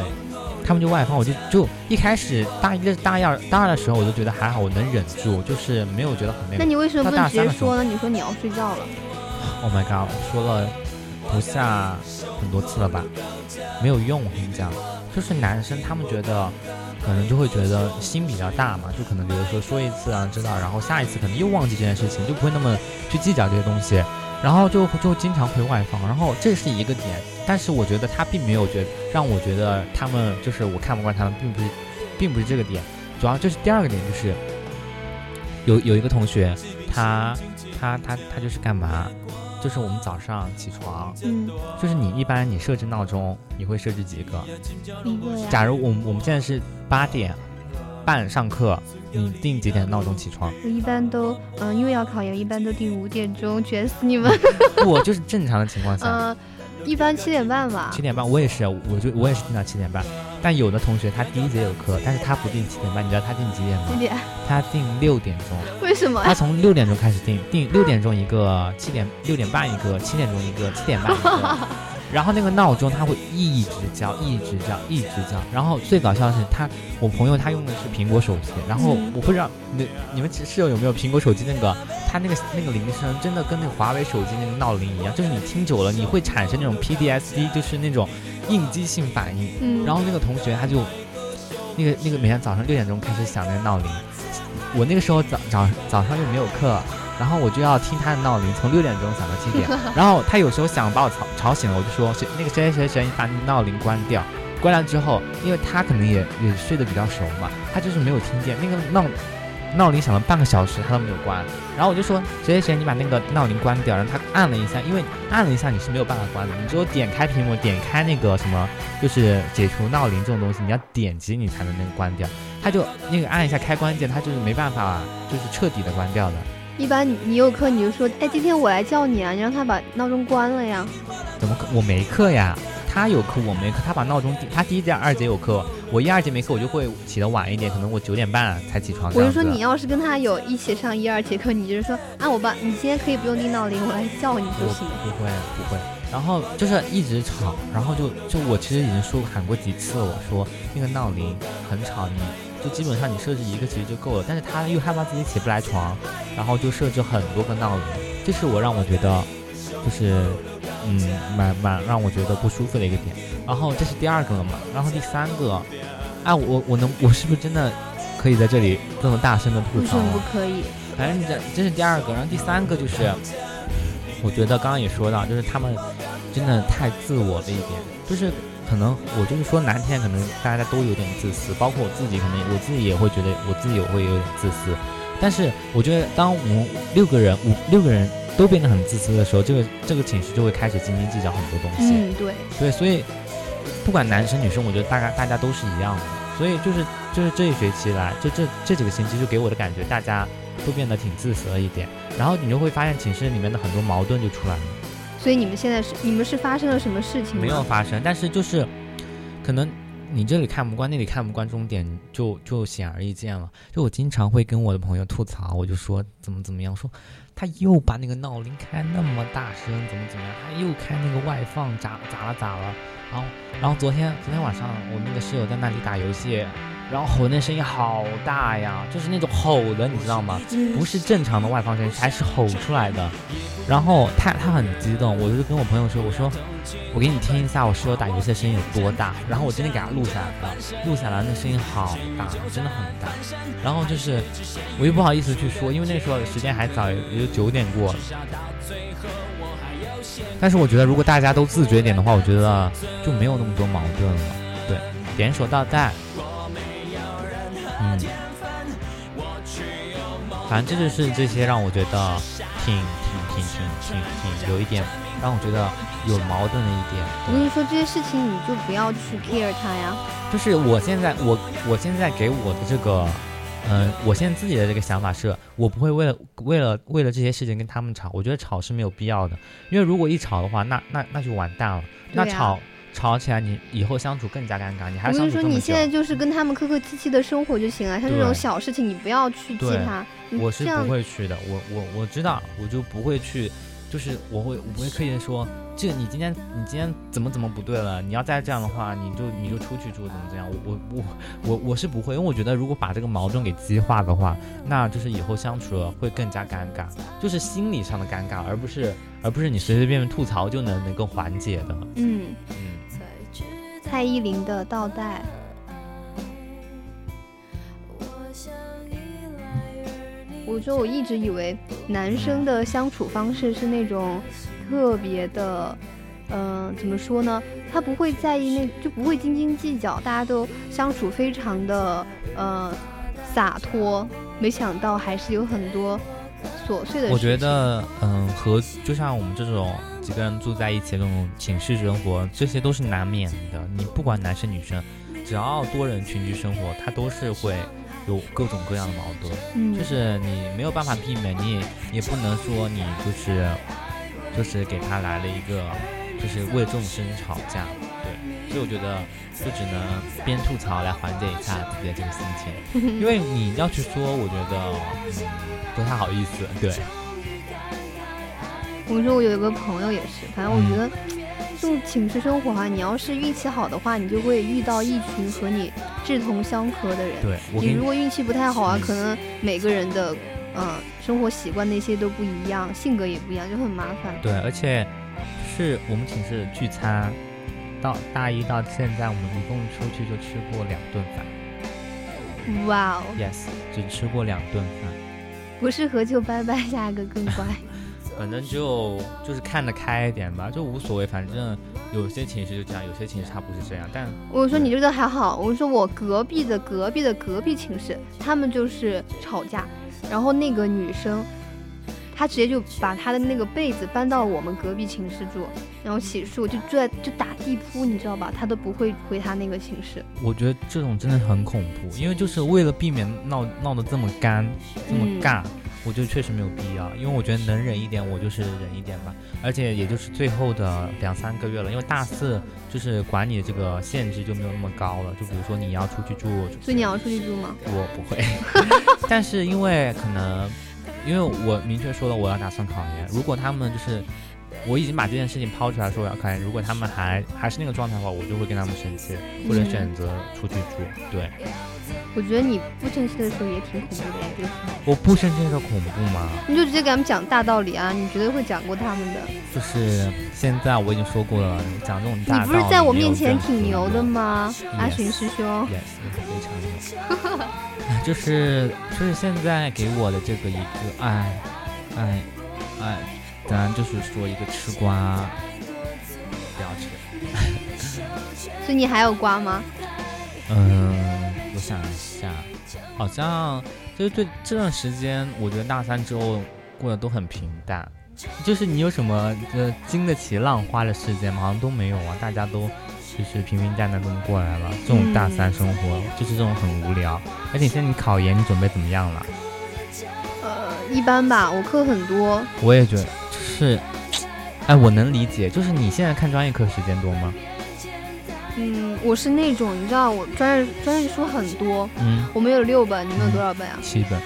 C: 他们就外放，我就就一开始大一大一二大二的时候我就觉得还好，我能忍住，就是没有觉得很
B: 那
C: 那个。
B: 你为什么不
C: 到大
B: 直接
C: 三的时候
B: 说呢？你说你要睡觉了，
C: Oh my god，我说了不下很多次了吧，没有用，我跟你讲，就是男生他们觉得。可能就会觉得心比较大嘛，就可能觉得说说一次啊知道，然后下一次可能又忘记这件事情，就不会那么去计较这些东西，然后就就经常会外放，然后这是一个点，但是我觉得他并没有觉得让我觉得他们就是我看不惯他们，并不是并不是这个点，主要就是第二个点就是有有一个同学他他他他就是干嘛，就是我们早上起床，
B: 嗯，
C: 就是你一般你设置闹钟，你会设置几个？
B: 你会嗯呀。
C: 假如我们我们现在是八点半上课，你定几点闹钟起床？
B: 我一般都，嗯、因为要考研，一般都定五点钟，卷死 你们。
C: 不，就是正常的情况下，
B: 嗯、一般七点半吧
C: 七。点半，我也是，我就我也是定到七点半。但有的同学他第一节有课，但是他不定七点半，你知道他定几点
B: 几
C: 吗？
B: 点？
C: 他定六点钟，
B: 为什么
C: 他
B: 呀？
C: 从六点钟开始定，定六点钟一个，七点六点半一个，七点钟一个，七点半一个，然后那个闹钟它会一直叫，一直叫，一直叫。然后最搞笑的是他，我朋友他用的是苹果手机，然后
B: 嗯
C: 我不知道你你们室友有没有苹果手机那个，它那个那个铃声真的跟那个华为手机那个闹铃一样，就是你听久了你会产生那种 PDSD，就是那种应激性反应。
B: 嗯，
C: 然后那个同学他就，那个那个每天早上六点钟开始响那个闹铃，我那个时候早早早上又没有课，然后我就要听他的闹铃，从六点钟响到七点，然后他有时候想把我吵吵醒了，我就说谁那个谁谁谁，你把你闹铃关掉。关掉之后，因为他可能也也睡得比较熟嘛，他就是没有听见那个闹闹铃响了半个小时，他都没有关。然后我就说谁谁谁，你把那个闹铃关掉。然后他按了一下，因为按了一下你是没有办法关的，你只有点开屏幕，点开那个什么，就是解除闹铃这种东西，你要点击你才能那个关掉。他就那个按一下开关键，他就是没办法，就是彻底的关掉的。
B: 一般你你有课你就说，哎，今天我来叫你啊，你让他把闹钟关了呀。
C: 怎么可我没课呀？他有课我没课，他把闹钟定他第一节、二节有课，我一二节没课，我就会起得晚一点，可能我九点半才起床。
B: 我
C: 这
B: 就
C: 样
B: 说
C: 子
B: 你要是跟他有一起上一二节课，你就是说啊，我把你今天可以不用定闹铃，我来叫你就
C: 我
B: 行了。
C: 不会不会。然后就是一直吵，然后就就我其实已经说喊过几次了，我说那个闹铃很吵，你就基本上你设置一个其实就够了。但是他又害怕自己起不来床，然后就设置很多个闹铃，这是我让我觉得就是嗯蛮蛮让我觉得不舒服的一个点。然后这是第二个了嘛，然后第三个，哎我我能我是不是真的可以在这里这么大声的吐
B: 为什
C: 槽
B: 么
C: 了
B: 不？可以？
C: 反正这这是第二个，然后第三个就是，我觉得刚刚也说到，就是他们真的太自我了一点，就是可能我就是说难听，可能大家都有点自私，包括我自己，可能我自己也会觉得我自己也会有点自私。但是我觉得，当我们六个人五六个人都变得很自私的时候，这个这个情绪就会开始斤斤计较很多东西。
B: 嗯，对，
C: 对，所以不管男生女生，我觉得大概大家都是一样的。所以就是就是这一学期来，就这这几个星期，就给我的感觉，大家都变得挺自私了一点。然后你就会发现寝室里面的很多矛盾就出来了，
B: 所以你们现在是你们是发生了什么事情吗？
C: 没有发生，但是就是可能你这里看不惯，那里看不惯，终点就就显而易见了。就我经常会跟我的朋友吐槽，我就说怎么怎么样，说他又把那个闹铃开那么大声，怎么怎么样，他又开那个外放，咋咋了咋了。然后然后昨天昨天晚上我那个室友在那里打游戏，然后吼那声音好大呀，就是那种吼的，你知道吗？不是正常的外放声音，还是吼出来的。然后他他很激动，我就跟我朋友说，我说我给你听一下我室友打游戏的声音有多大。然后我真的给他录下来了，录下来那声音好大，真的很大。然后就是我又不好意思去说，因为那时候时间还早，也就九点过了。但是我觉得，如果大家都自觉一点的话，我觉得就没有那么多矛盾了。对，点手到带。嗯，反正这就是这些让我觉得挺挺挺挺挺挺有一点让我觉得有矛盾的一点。
B: 我跟你说这些事情，你就不要去 care 他呀。
C: 就是我现在我我现在给我的这个，嗯、我现在自己的这个想法是，我不会为了为了为了这些事情跟他们吵，我觉得吵是没有必要的，因为如果一吵的话，那那那就完蛋了，那
B: 对啊
C: 吵。吵起来，你以后相处更加尴尬，你还
B: 我跟
C: 要相
B: 你
C: 处
B: 说，
C: 这么
B: 你现在
C: 久。
B: 就是跟他们客客气气的生活就行了。像这种
C: 对
B: 小事情，你不要去记
C: 对
B: 他。你
C: 我是
B: 嗯这样
C: 不会去的，我我我知道，我就不会去，就是我会我不会刻意的说，这个你今天你今天怎么怎么不对了，你要再这样的话，你就你就出去住怎么怎么样，我我我我我是不会，因为我觉得如果把这个矛盾给激化的话，那就是以后相处了会更加尴尬，就是心理上的尴尬，而不是而不是你随随便便吐槽就能能够缓解的，
B: 嗯，
C: 嗯。
B: 蔡依林的倒带，我觉得我一直以为男生的相处方式是那种特别的，嗯、怎么说呢？他不会在意那，就不会斤斤计较，大家都相处非常的呃洒脱。没想到还是有很多琐碎的事情。
C: 我觉得，嗯，和就像我们这种几个人住在一起的这种寝室生活，这些都是难免的。你不管男生女生，只要多人群居生活，它都是会有各种各样的矛盾。
B: 嗯，
C: 就是你没有办法避免，你也也不能说你就是就是给他来了一个就是为了这种事情吵架，对，所以我觉得就只能边吐槽来缓解一下自己的这个心情，因为你要去说，我觉得嗯不太好意思，对，嗯
B: 我说我有一个朋友也是，反正我觉得这种寝室生活啊，你要是运气好的话，你就会遇到一群和你志同相合的人。
C: 对，我
B: 你
C: 跟
B: 如果运气不太好啊
C: 嗯，
B: 可能每个人的呃生活习惯那些都不一样，性格也不一样，就很麻烦。
C: 对，而且是我们寝室的聚餐，到大一到现在，我们一共出去就吃过两顿饭
B: 哇哦，
C: ，yes，只吃过两顿饭。
B: 不适合就拜拜，下一个更乖。
C: 反正就就是看得开一点吧，就无所谓。反正有些寝室就这样，有些寝室它不是这样。但
B: 我说你这个还好，我说我隔壁的隔壁的隔壁寝室，他们就是吵架，然后那个女生，她直接就把她的那个被子搬到我们隔壁寝室住，然后洗漱就拽就打地铺，你知道吧？她都不会回她那个寝室。
C: 我觉得这种真的很恐怖，因为就是为了避免闹闹得这么干、这么
B: 嗯
C: 尬，我觉得确实没有必要。因为我觉得能忍一点，我就是忍一点吧。而且也就是最后的两三个月了，因为大四就是管你的这个限制就没有那么高了。就比如说你要出去住，
B: 所以你要出去住吗？
C: 我不会，但是因为可能，因为我明确说了我要打算考研，如果他们就是我已经把这件事情抛出来说我要考研，如果他们还还是那个状态的话，我就会跟他们生气，或者
B: 嗯
C: 选择出去住。对，
B: 我觉得你不真实的时候也挺恐怖的呀，这个时候
C: 我不生气的恐怖吗？
B: 你就直接给他们讲大道理啊，你绝对会讲过他们的。
C: 就是现在我已经说过了，讲这种大
B: 你不是
C: 道理
B: 在我
C: 没有
B: 面前
C: 任何
B: 挺牛的
C: 用
B: 吗
C: Yes，
B: 阿寻师兄，
C: ？Yes，非常牛。 哎就是就是现在给我的这个一个爱爱爱，当然就是说一个吃瓜不要吃。
B: 所以你还有瓜吗？
C: 嗯，我想一下，好像就是对这段时间，我觉得大三之后过得都很平淡。就是你有什么呃经得起浪花的事件吗？好像都没有啊，大家都就是平平淡淡这么过来了。这种
B: 嗯
C: 大三生活、就是这种很无聊。而且你现在你考研，你准备怎么样了？
B: 呃，一般吧，我课很多，
C: 我也觉得就是，哎，我能理解。就是你现在看专业课时间多吗？
B: 嗯，我是那种你知道，我专业专业书很多，
C: 嗯，
B: 我们有六本，你们有多少本啊？
C: 七本。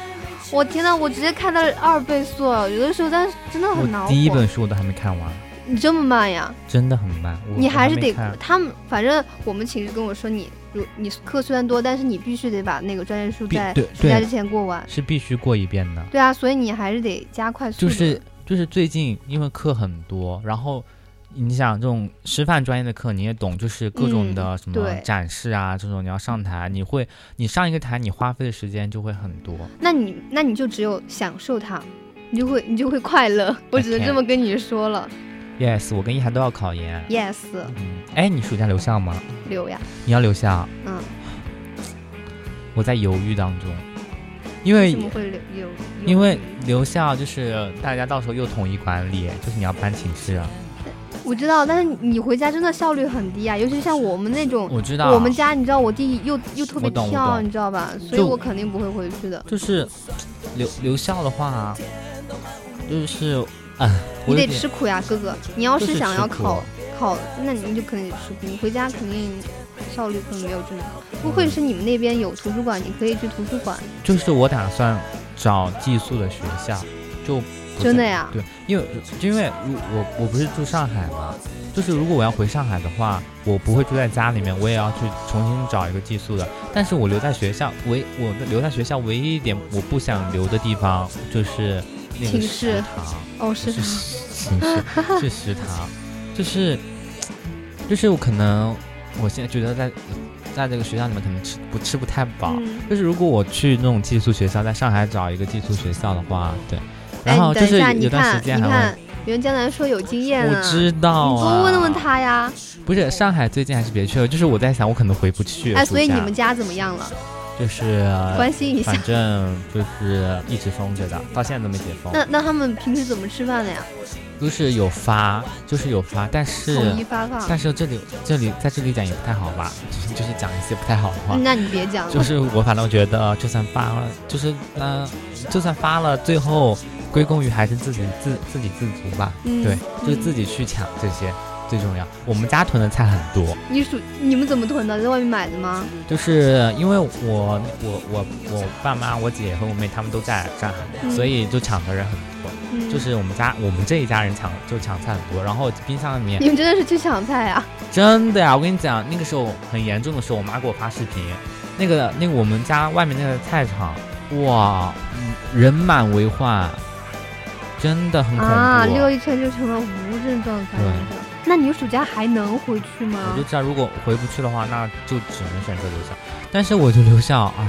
B: 我天呐，我直接看到二倍速了，有的时候但是真的很恼
C: 我
B: 火。
C: 第一本书我都还没看完，
B: 你这么慢呀？
C: 真的很慢。我
B: 你
C: 我还
B: 还是
C: 没
B: 得
C: 看
B: 他们，反正我们寝室跟我说你，如你课虽然多，但是你必须得把那个专业书
C: 必
B: 在
C: 对
B: 暑假
C: 对
B: 之前过完。
C: 是必须过一遍的。
B: 对啊，所以你还是得加快速
C: 就
B: 度。
C: 是就是最近因为课很多，然后你想这种师范专业的课你也懂，就是各种的什么
B: 嗯对
C: 展示啊，这种你要上台，你会你上一个台，你花费的时间就会很多。
B: 那你那你就只有享受它，你就会你就会快乐。我只能
C: Okay
B: 这么跟你说了。
C: Yes，我跟一涵都要考研。
B: Yes，
C: 嗯，哎，你暑假留校吗？
B: 留呀，
C: 你要留校？
B: 嗯，
C: 我在犹豫当中，因
B: 为
C: 为
B: 什么会留留？
C: 因为留校就是大家到时候又统一管理，就是你要搬寝室啊。
B: 我知道，但是你回家真的效率很低啊，尤其像我们那种，
C: 我知道，
B: 我们家你知道我弟又又特别
C: 我懂我
B: 跳，
C: 懂
B: 你知道吧？所以
C: 就
B: 我肯定不会回去的。
C: 就是留留校的话，就是啊，
B: 你
C: 我
B: 得
C: 有点
B: 吃苦呀，哥哥。你要
C: 就是是
B: 想
C: 吃
B: 要
C: 苦
B: 考考，那你就肯定得吃苦。你回家肯定效率可能没有这么高。不会是你们那边有图书馆，你可以去图书馆。
C: 就是我打算找寄宿的学校，就不
B: 真的
C: 在
B: 呀
C: 对，因为因为如我我不是住上海嘛，就是如果我要回上海的话，我不会住在家里面，我也要去重新找一个寄宿的。但是我留在学校，唯我留在学校唯一一点我不想留的地方就是那个
B: 寝
C: 食
B: 室
C: 堂。
B: 哦，
C: 是
B: 是的。
C: 寝室，是食堂，就是就是我可能我现在觉得在在这个学校里面可能吃不吃不太饱，
B: 嗯，
C: 就是如果我去那种寄宿学校，在上海找一个寄宿学校的话，对，
B: 哎，
C: 然后
B: 你
C: 就
B: 等一
C: 是
B: 下，你
C: 有段时
B: 看，
C: 间
B: 你
C: 还
B: 看，袁江南说有经验
C: 会，我
B: 啊。
C: 知道
B: 你
C: 啊，
B: 多问问，他呀，
C: 不是上海最近还是别去了，就是我在想我可能回不去，
B: 哎，所以
C: 暑假
B: 你们家怎么样了？
C: 就是
B: 关心一下
C: 反。正就是一直封着的，到现在都没解封，
B: 那那他们平时怎么吃饭的呀？
C: 就是有发，就是有发，但是啊
B: 统一发放。
C: 但是这里这里在这里讲也不太好吧，就是就是讲一些不太好的话。
B: 嗯那你别讲
C: 就
B: 了，
C: 是我反正觉得，就算发了，就是嗯、就算发了，最后归功于还是自己自自给自足吧。
B: 嗯
C: 对，就是
B: 嗯
C: 自己去抢这些最重要。我们家囤的菜很多，
B: 你属你们怎么囤的？在外面买的吗？
C: 就是因为我我我我爸妈、我姐和我妹他们都在上海，
B: 嗯
C: 所以就抢的人很多。
B: 嗯
C: 就是我们家我们这一家人抢就抢菜很多，然后冰箱里面
B: 你们真的是去抢菜啊？
C: 真的呀，我跟你讲，那个时候很严重的时候，我妈给我发视频，那个那个我们家外面那个菜场，哇，嗯人满为患，真的很恐怖。
B: 啊，溜一圈就成了无症状感染者。那你暑假还能回去吗
C: 我就？知道，如果回不去的话，那就只能选择留校。但是我就留校，哎，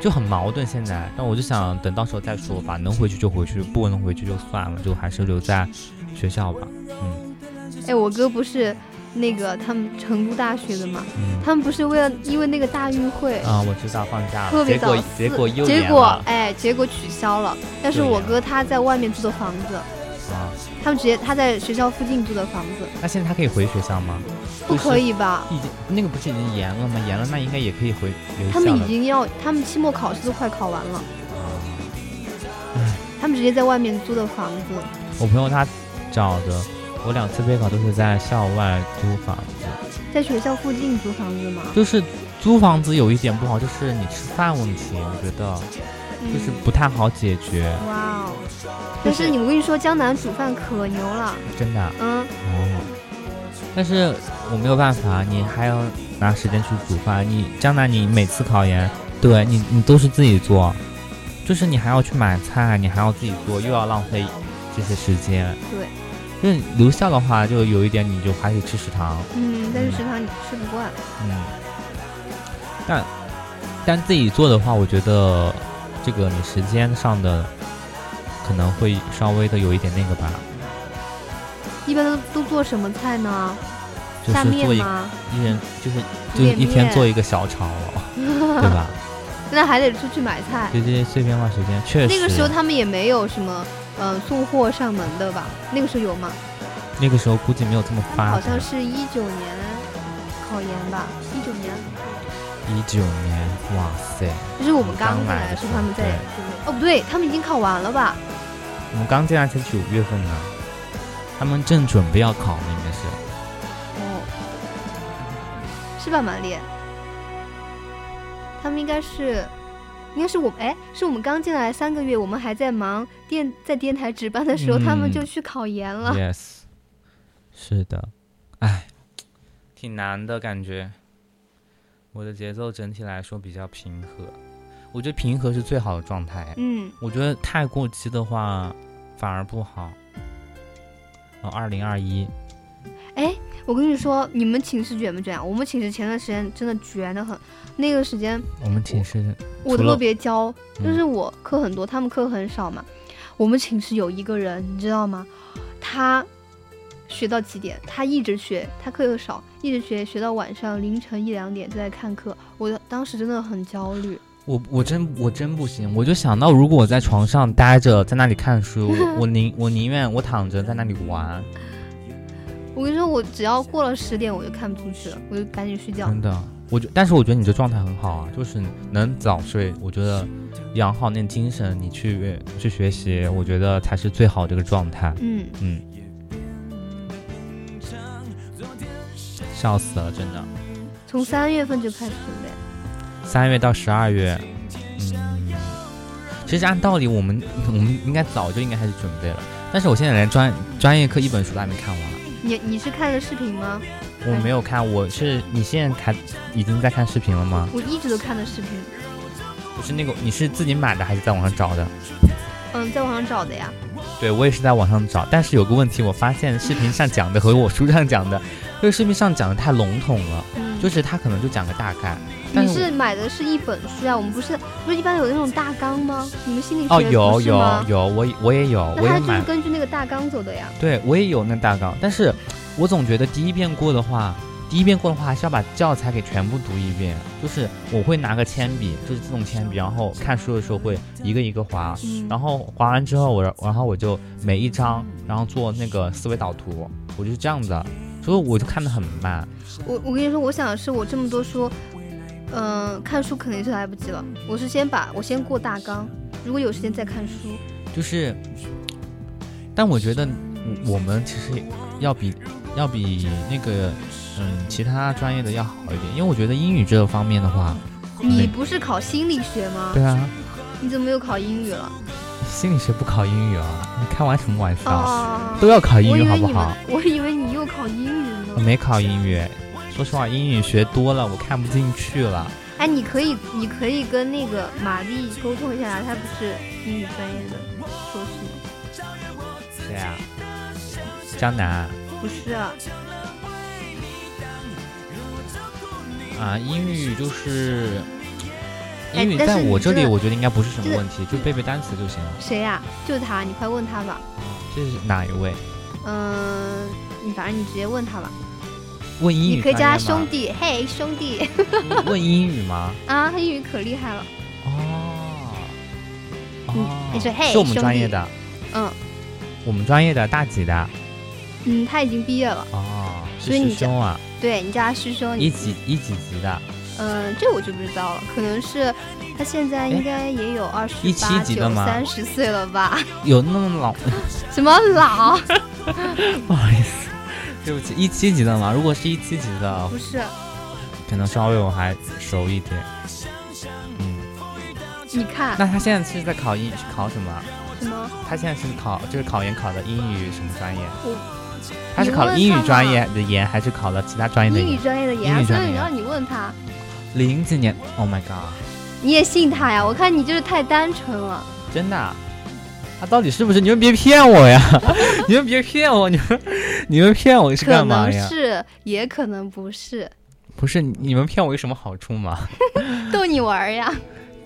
C: 就很矛盾。现在，但我就想等到时候再说吧，能回去就回去，不能回去就算了，就还是留在学校吧。嗯
B: 哎，我哥不是那个他们成都大学的嘛，
C: 嗯，
B: 他们不是为了因为那个大运会，
C: 啊，我知道放假
B: 特
C: 了，
B: 别
C: 结
B: 早
C: 果
B: 四，
C: 结果又
B: 结
C: 延
B: 果
C: 了
B: 哎，结果取消了。但是
C: 又
B: 我
C: 延
B: 哥他在外面租的房子，
C: 啊，
B: 他们直接他在学校附近租的房子，
C: 那现在他可以回学校吗？
B: 不
C: 就是
B: 可以吧？
C: 已经那个不是已经严了吗？严了，那应该也可以回留
B: 他
C: 校
B: 们已
C: 了
B: 经要，他们期末考试都快考完了，
C: 啊
B: 他们直接在外面租的房子。
C: 我朋友他找的，我两次备考都是在校外租房子，
B: 在学校附近租房子吗？
C: 就是租房子有一点不好，就是你吃饭问题，我觉得就是不太好解决，
B: 嗯哇哦！
C: 就
B: 但是
C: 是
B: 你我跟你说，江南煮饭可牛了，
C: 真的啊
B: 嗯，
C: 哦。但是我没有办法，你还要拿时间去煮饭。你江南，你每次考研，对你你都是自己做，就是你还要去买菜，你还要自己做，又要浪费这些时间。
B: 对，
C: 就是留校的话，就有一点你就还得吃食堂，
B: 嗯，但是食堂你吃不惯，
C: 嗯，但但自己做的话，我觉得这个你时间上的可能会稍微的有一点那个吧，
B: 一般都都做什么菜呢？
C: 就
B: 下
C: 是
B: 面
C: 做一
B: 吗？
C: 一人就是就
B: 面
C: 一天
B: 面
C: 做一个小炒， 对吧？
B: 那还得出去买菜。
C: 就这些碎片化时间，确实
B: 那个时候他们也没有什么，呃，送货上门的吧？那个时候有吗？
C: 那个时候估计没有这么
B: 他们
C: 发
B: 好
C: 达
B: 像，是一九年考研吧，一九年，
C: 一九年，哇塞，
B: 就是我们刚进
C: 刚来
B: 来
C: 的
B: 的时候，
C: 时候
B: 他们在
C: 对
B: 准备。哦，不对，他们已经考完了吧？
C: 我们刚进来才九月份呢，他们正准备要考呢，应该是。
B: 哦，是吧，玛丽？他们应该是，应该是我，哎，是我们刚进来三个月，我们还在忙电在电台值班的时候，他们
C: 嗯
B: 就去考研了。
C: Yes，是的，哎，挺难的感觉。我的节奏整体来说比较平和，我觉得平和是最好的状态。
B: 嗯，
C: 我觉得太过激的话反而不好。哦，二零二一，
B: 我跟你说，你们寝室卷不卷？我们寝室前段时间真的卷得很，那个时间
C: 我们寝室
B: 我
C: 除了
B: 特别焦，
C: 嗯
B: 就是我课很多，他们课很少嘛。我们寝室有一个人，你知道吗？他学到几点？他一直学，他课又少，一直学，学到晚上凌晨一两点都在看课。我当时真的很焦虑。
C: 我我真我真不行，我就想到如果我在床上待着，在那里看书，我宁我宁愿我躺着在那里玩，
B: 我跟你说，我只要过了十点，我就看不出去了，我就赶紧睡觉。
C: 真的，我觉，但是我觉得你这状态很好啊，就是能早睡，我觉得养好那精神，你去去学习，我觉得才是最好这个状态。
B: 嗯，
C: 嗯，笑死了，真的。
B: 从三月份就开始准备。
C: 三月到十二月，嗯，其实按道理我们我们应该早就应该开始准备了，但是我现在连专专业课一本书都还没看完，
B: 你你是看了视频吗？
C: 我没有看，我是你现在看已经在看视频了吗？
B: 我一直都看的视频。
C: 不是那个，你是自己买的还是在网上找的？
B: 嗯，在网上找的呀。
C: 对我也是在网上找，但是有个问题，我发现视频上讲的和我书上讲的，就是视频上讲的太笼统了，
B: 嗯，
C: 就是他可能就讲个大概。但
B: 你
C: 是
B: 是买的是一本书啊？我们不是不是一般有那种大纲吗？你们心理学
C: 我哦，
B: 不
C: 有
B: 是
C: 有
B: 吗
C: 有，我我也有，我
B: 那
C: 也
B: 他就
C: 买
B: 是，根据那个大纲走的呀。
C: 对我也有那大纲，但是我总觉得第一遍过的话，第一遍过的话还是要把教材给全部读一遍，就是我会拿个铅笔，就是自动铅笔，然后看书的时候会一个一个划，
B: 嗯，
C: 然后划完之后我，然后我就每一章，然后做那个思维导图，我就是这样子，所以我就看得很慢。
B: 嗯我我跟你说，我想的是我这么多书，嗯、看书肯定是来不及了。我是先把我先过大纲，如果有时间再看书。
C: 就是，但我觉得我我们其实要比要比那个嗯其他专业的要好一点，因为我觉得英语这个方面的话，
B: 你不是考心理学吗？
C: 嗯对啊，
B: 你怎么又考英语了？
C: 心理学不考英语啊？你开玩什么玩笑？
B: 哦，
C: 都要考
B: 我
C: 啊英
B: 以
C: 语
B: 为
C: 好不
B: 你
C: 好
B: 们？，我以为你又考英语
C: 我
B: 呢。
C: 没考英语，说实话，英语学多了我看不进去了。
B: 哎，你可以，你可以跟那个玛丽沟通一下，她不是英语专业的硕士
C: 谁啊？江南
B: 吗？不是啊，
C: 啊，英语就是
B: 哎
C: 英语，
B: 但是
C: 在我
B: 你
C: 这里
B: 这
C: 我觉得应该不是什
B: 这
C: 么问题，就背背单词就行了。
B: 谁呀、就她，你快问她吧。
C: 这是哪一位？
B: 嗯、你反正你直接问她吧。
C: 问英语？
B: 你可以叫她兄。弟，嘿，兄弟
C: 问英语吗？
B: 啊，她英语可厉害了。
C: 哦，哦
B: 你你说嘿
C: 是我们
B: 兄
C: 专业
B: 弟
C: 的，
B: 嗯
C: 我们专业的大几的？
B: 嗯，她已经毕业了。
C: 哦，是
B: 所以你
C: 师
B: 这
C: 兄啊，
B: 对你叫她师兄，
C: 一
B: 你
C: 几一几级的？
B: 嗯，这我就不知道了，可能是她现在应该也有二十
C: 哎一七
B: 八
C: 级
B: 九
C: 的、吗
B: 三十岁了吧？
C: 有那么老？
B: 什么老？
C: 不好意思，对不起，一七级的吗？如果是一七级的
B: 不，是，
C: 可能稍微我还熟一点。嗯，
B: 你看
C: 那他现在是在考英是考什么啊？
B: 什么？
C: 他现在是考就是考研考的英语什么专业
B: 我？
C: 他是考了
B: 你问
C: 英
B: 他
C: 语专
B: 嘛
C: 业的研，还是考了其他专业的
B: 英语
C: 研？
B: 专业的
C: 英
B: 研，
C: 语
B: 所
C: 专
B: 以
C: 业
B: 你让你问他，
C: 零几年？Oh my god！
B: 你也信他呀？我看你就是太单纯了。
C: 真的啊？他到底是不是？你们别骗我 呀！你们别骗我！你们你们骗我是
B: 可
C: 干嘛
B: 能
C: 呀？
B: 是，也可能不是，
C: 不是你们骗我有什么好处吗？
B: 逗你玩儿呀。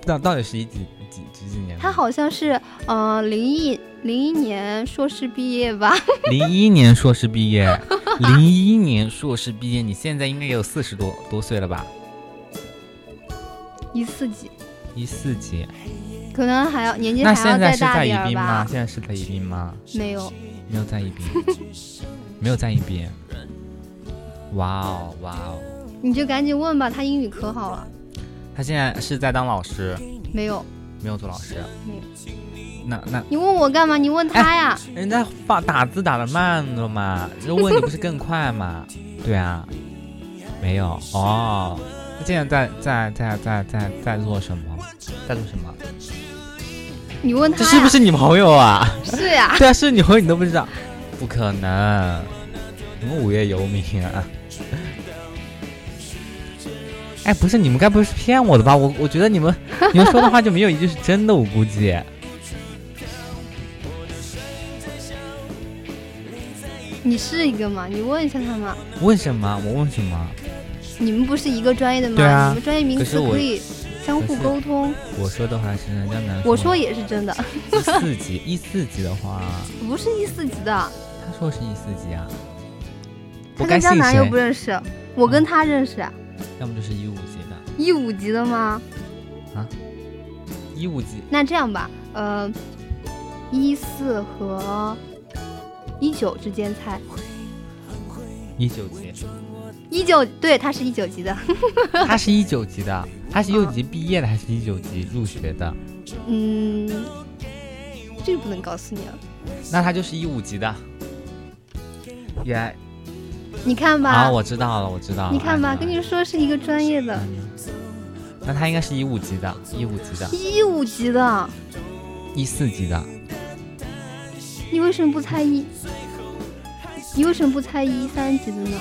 C: 到到底是一几几几几年的？
B: 他好像是，呃，零一零一年硕士毕业吧？
C: 零一年硕士 毕业，零一年硕士毕业，你现在应该也有四十多多岁了吧？
B: 一四级，
C: 一四级，
B: 可能还要年纪
C: 那
B: 还要
C: 现在
B: 再
C: 是
B: 大
C: 在宜
B: 点儿
C: 宾吗
B: 吧？？
C: 现在是在宜宾吗？
B: 没有，
C: 没有在宜 宾，没有在宜宾。哇哦哇哦，
B: 你就赶紧问吧，他英语可好了。
C: 他现在是在当老师，
B: 没有，
C: 没有做老师
B: 没有。
C: 那那
B: 你问我干嘛？你
C: 哎
B: 问他呀。
C: 人家发打字打的慢了嘛，人问你不是更快嘛？对啊，没有哦。他现在在在在在在在做什么？在做什么？
B: 你问他
C: 这
B: 呀？
C: 是不是你朋友啊？
B: 是呀？
C: 对啊，是你朋友你都不知道？ 不可能，你们无业游民啊！哎，不是，你们该不会是骗我的吧？我我觉得你 们你们说的话就没有一句是真的，我估计。
B: 你是一个嘛？你问一下他嘛。
C: 问什么？我问什么？
B: 你们不是一个专业的吗？
C: 对啊
B: 你们专业名
C: 可是
B: 词
C: 我
B: 可以相互沟通。
C: 我说的话是人家男。
B: 我说也是真的，
C: 一四级， 一四级的话，
B: 不是一四级的，
C: 他说是一四级啊。我
B: 他跟
C: 该信
B: 江南又
C: 谁
B: 不？认识，我跟他认识啊，
C: 要么就是一五级的，啊
B: 一五级的吗？
C: 一五级
B: 那这样吧，呃，一四和一九之间猜，
C: 一九级，
B: 一九对，他是一九级的，
C: 他是一九级的，他是一九级毕业的还是一九级入学的？
B: 嗯，这个不能告诉你了，啊
C: 那他就是一五级的。也
B: 你看吧，
C: 啊，我知道了，我知道了。
B: 你看吧，
C: 哎呀
B: 跟你说是一个专业的，
C: 嗯那他应该是一五级的，一五级的，
B: 一五级的，
C: 一四级的。
B: 你为什么不猜一？你为什么不猜一三级的呢？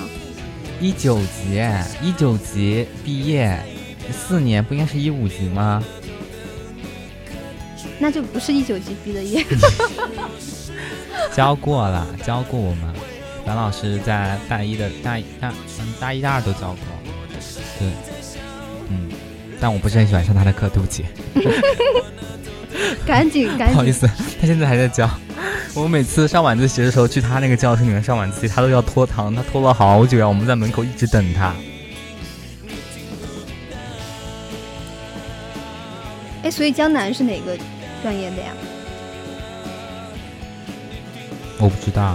C: 一九级，哎一九级毕业四年，不应该是一五级吗？
B: 那就不是一九级毕的业。
C: 教过了，教过我们，阮老师在大一的大一大嗯大一大二都教过，对，嗯，但我不是很喜欢上他的课，对不起，
B: 赶 紧赶
C: 不好意
B: 紧，
C: 思，他现在还在教。我每次上晚自习的时候去他那个教室里面上晚自习，他都要拖堂，他拖了好久呀，我们在门口一直等他。
B: 哎，所以江南是哪个专业的呀？
C: 我不知道，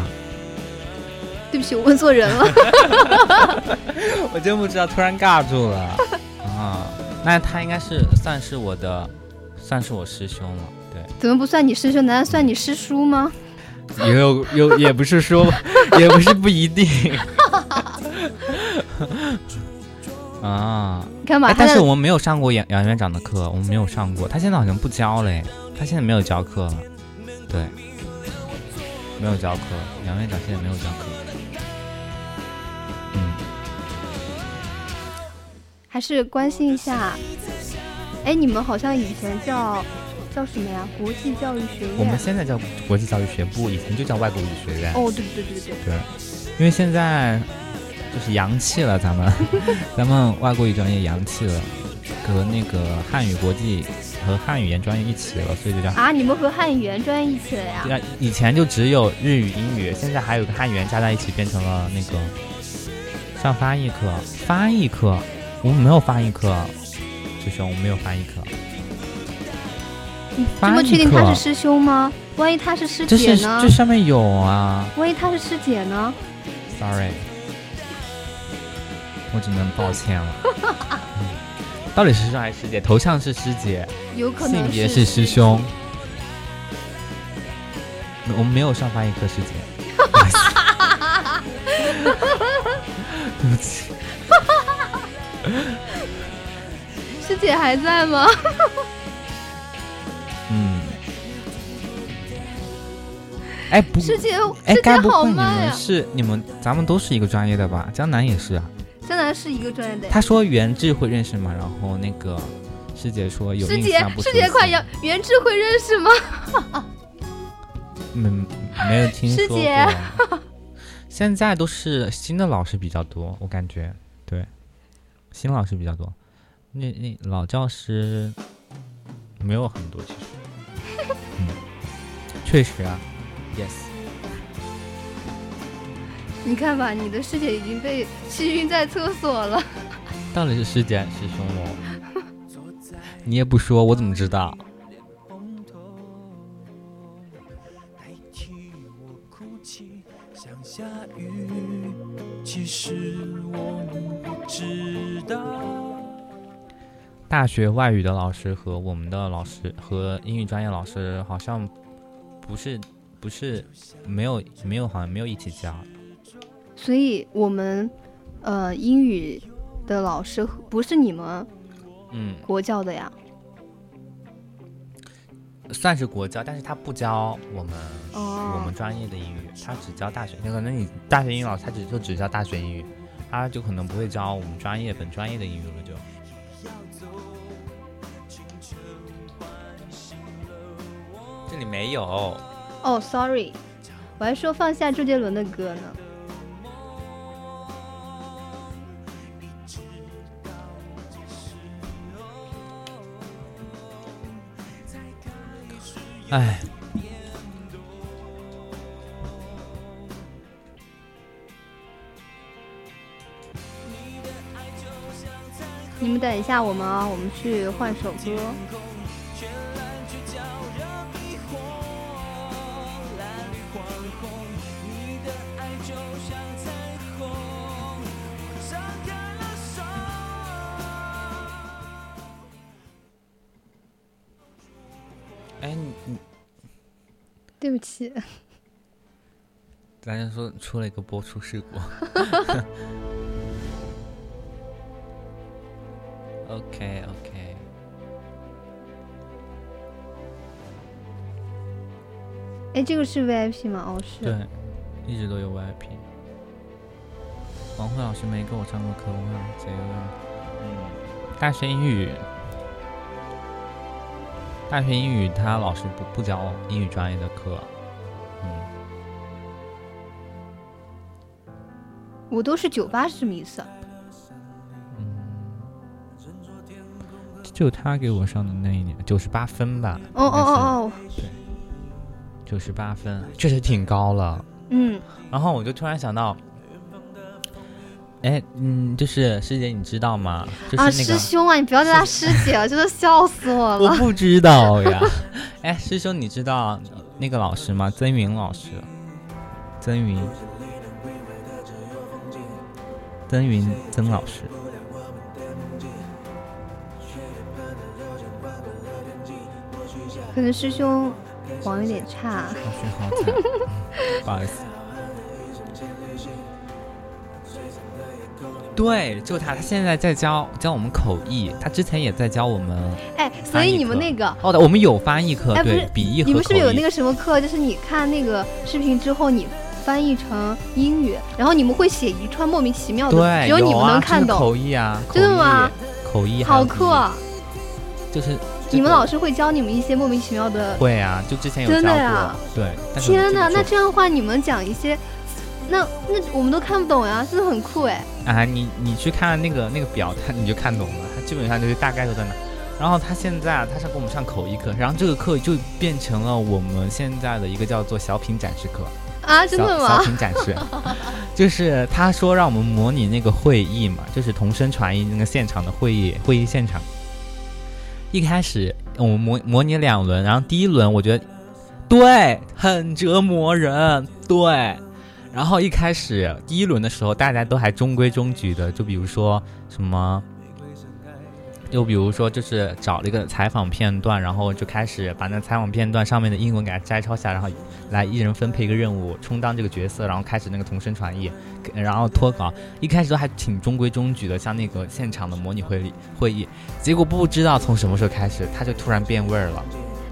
B: 对不起，我问错人了。
C: 我真不知道，突然尬住了。 啊，那他应该是算是我的，算是我师兄了，对。
B: 怎么不算你师兄？难道算你师叔吗？
C: 也有有也不是说，也不是不一定。啊，
B: 你看吧，
C: 哎，
B: 他
C: 但是
B: 在
C: 我们没有上过杨杨院长的课，我们没有上过。他现在好像不教嘞，他现在没有教课了。对，没有教课，杨院长现在没有教课。嗯，
B: 还是关心一下。哎，你们好像以前叫叫什么呀？国际教育学院。
C: 我们现在叫国际教育学部，以前就叫外国语学院。
B: 哦，对对对对对。
C: 对，因为现在就是洋气了，咱们咱们外国语专业洋气了，和那个汉语国际和汉语言专业一起了，所以就叫。
B: 啊，你们和汉语言专业一起了呀？
C: 对啊，以前就只有日语、英语，现在还有个汉语言加在一起，变成了那个上翻译课。翻译课，我们没有翻译课，师兄，我们没有翻译课。
B: 你嗯这么确定他是师兄吗？万一他是师
C: 这
B: 姐
C: 是
B: 呢
C: 啊这？上面有啊
B: 万一他是师姐呢？
C: ，sorry，我只能抱歉了。嗯到底是师兄还是师姐？头像是师姐，
B: 有可能
C: 性别是师兄。我们没有上翻译课，师姐。 不好意思对不起。
B: 师姐还在吗？
C: 嗯，哎不，
B: 师姐，
C: 哎
B: 师，姐
C: 该不
B: 好
C: 会你
B: 慢
C: 们
B: 呀！
C: 是你们咱们都是一个专业的吧？江南也是啊。
B: 江南是一个专业的呀。
C: 他说袁志会认识吗？然后那个师姐说有
B: 师
C: 印
B: 姐
C: 象，不
B: 师
C: 熟
B: 姐
C: 悉
B: 快杨袁志会认识吗？
C: 没嗯没有听
B: 师
C: 说
B: 姐
C: 过。现在都是新的老师比较多，我感觉对，新老师比较多。那那老教师没有很多，其实， 嗯，确实啊，yes。
B: 你看吧，你的师姐已经被气晕在厕所了。
C: 到底是师姐还是师兄喽？你也不说，我怎么知道？
D: 风头，代替我哭泣，像下雨，其实我不知道。
C: 大学外语的老师和我们的老师和英语专业老师好像不是不是没有没有好像没有一起教，
B: 所以我们，呃，英语的老师不是你们
C: 嗯，
B: 国教的呀？
C: 算是国教，但是他不教我们、我
B: 哦
C: 们，专业的英语，他只教大学，可能你大学英语老师他只就只教大学英语，他就可能不会教我们专业本专业的英语了就。这里没有。
B: 哦，sorry，我还说放下周杰伦的歌呢。
C: 哎，
B: 你们等一下我们啊，我们去换首歌。
C: 哎，你你，
B: 对不起，
C: 咱就说出了一个播出事 故。OK OK，
B: 哎，这个是 VIP 吗？哦，是。
C: 对，一直都有 VIP。王慧老师没给我上过课，啊我想谁问？嗯，大学英语，大学英语他老师不不教英语专业的课，嗯。
B: 我都是酒吧是什么意思啊？
C: 就他给我上的那一年，九十八分吧，
B: 哦哦哦哦，
C: 哦，九十八分，确实挺高了。
B: 嗯，
C: 然后我就突然想到，哎，嗯，就是师姐，你知道吗？就
B: 啊，
C: 是那
B: 师
C: 个，
B: 兄啊，啊你不要叫他师姐了，真的笑死我
C: 我
B: 了。
C: 不知道呀。 哎，师兄，你知道那个老师吗？曾云老师，曾云，曾云曾老师。
B: 可能师兄网有点差。啊
C: 我学 好惨，嗯不好意思。对，就他，他现在在教教我们口译，他之前也在教我们
B: 哎，所以你们
C: 翻译
B: 那个
C: 哦，我们有翻译课，
B: 哎不是
C: 对，笔译和
B: 你们是不是有那
C: 口译
B: 个什么课？就是你看那个视频之后，你翻译成英语，然后你们会写一串莫名其妙的，
C: 对，
B: 只有你们
C: 啊
B: 能
C: 这
B: 看
C: 是
B: 懂。
C: 口译啊，
B: 真的吗
C: 口译？口译还有
B: 好
C: 笔译
B: 课啊，
C: 就是
B: 你们
C: 这个
B: 老师会教你们一些莫名其妙的。
C: 会啊，就之前有
B: 真的
C: 教
B: 呀
C: 过，对。但是我
B: 天
C: 们
B: 哪，
C: 就
B: 那
C: 不
B: 这样的话，你们讲一些，那那我们都看不懂呀，真的很酷哎。
C: 啊，你你去看那个那个表，他 你就看懂了，他基本上就是大概都在那。然后他现在啊他上给我们上口译课，然后这个课就变成了我们现在的一个叫做小品展示课，
B: 啊，真的
C: 小
B: 吗
C: 小？品展示， 就是他说让我们模拟那个会议嘛，就是同声传译那个现场的会议会议现场。一开始我们模模拟两轮，然后第一轮我觉得对很折磨人，对。然后一开始第一轮的时候，大家都还中规中矩的，就比如说什么。就比如说，就是找了一个采访片段，然后就开始把那采访片段上面的英文给它摘抄下，然后来一人分配一个任务，充当这个角色，然后开始那个同声传译，然后脱稿。一开始都还挺中规中矩的，像那个现场的模拟会议会议，结果不知道从什么时候开始，它就突然变味儿了，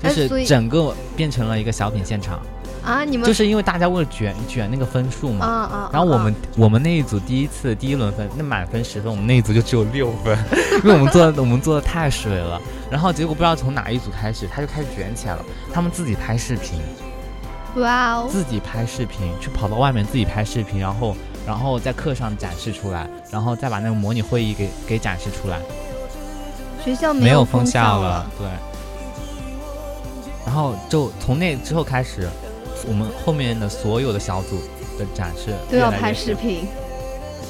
C: 就
B: 哎所以
C: 是整个变成了一个小品现场，
B: 啊，你们
C: 就是因为大家为了卷卷那个分数
B: 啊
C: 嘛。
B: 啊！
C: 然后
B: 啊
C: 我们我们那一组第一次第一轮分那满分十分，我们那一组就只有六分， 因为我们做的我们做的太水了。然后结果不知道从哪一组开始，他就开始卷起来了，他们自己拍视频，
B: 哇哦，
C: 自己拍视频，去跑到外面自己拍视频，然后然后在课上展示出来，然后再把那个模拟会议给给展示出来，
B: 学校
C: 没
B: 有
C: 封
B: 封校
C: 了，对。然后就从那之后开始，我们后面的所有的小组的展示
B: 都要
C: 越来越
B: 拍
C: 少
B: 视，频，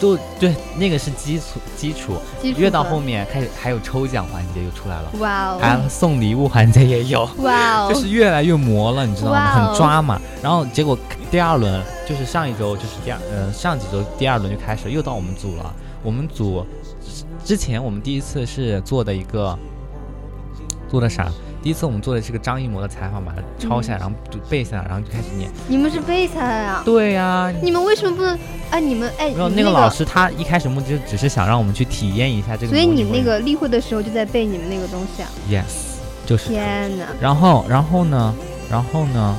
C: 就对那个是基础基础，
B: 基础
C: 越到
B: 的
C: 后面开始还有抽奖环节就出来了，
B: 哇
C: 还
B: 哦，
C: 有送礼物环节也有。
B: 哇哦，
C: 哎 就是越来越磨了，你知道吗？
B: 哇哦
C: 很抓嘛。然后结果第二轮就是上一周，就是第二，呃，上几周第二轮就开始了又到我们组了。我们组之之前我们第一次是做的一个做的啥？第一次我们做的是个张艺谋的采访，把它抄
B: 嗯
C: 下来，然后就背下来，然后就开始念。
B: 你们是备餐啊？
C: 对呀、
B: 你们为什么不能？哎，你们哎，
C: 然后
B: 你
C: 那个
B: 个
C: 老师他一开始目的就只是想让我们去体验一下这个
B: 所
C: 模
B: 以
C: 拟会。
B: 你那个例会的时候就在背你们那个东西啊！
C: yes 就是它
B: 天哪，
C: 然后，然后呢，然后呢，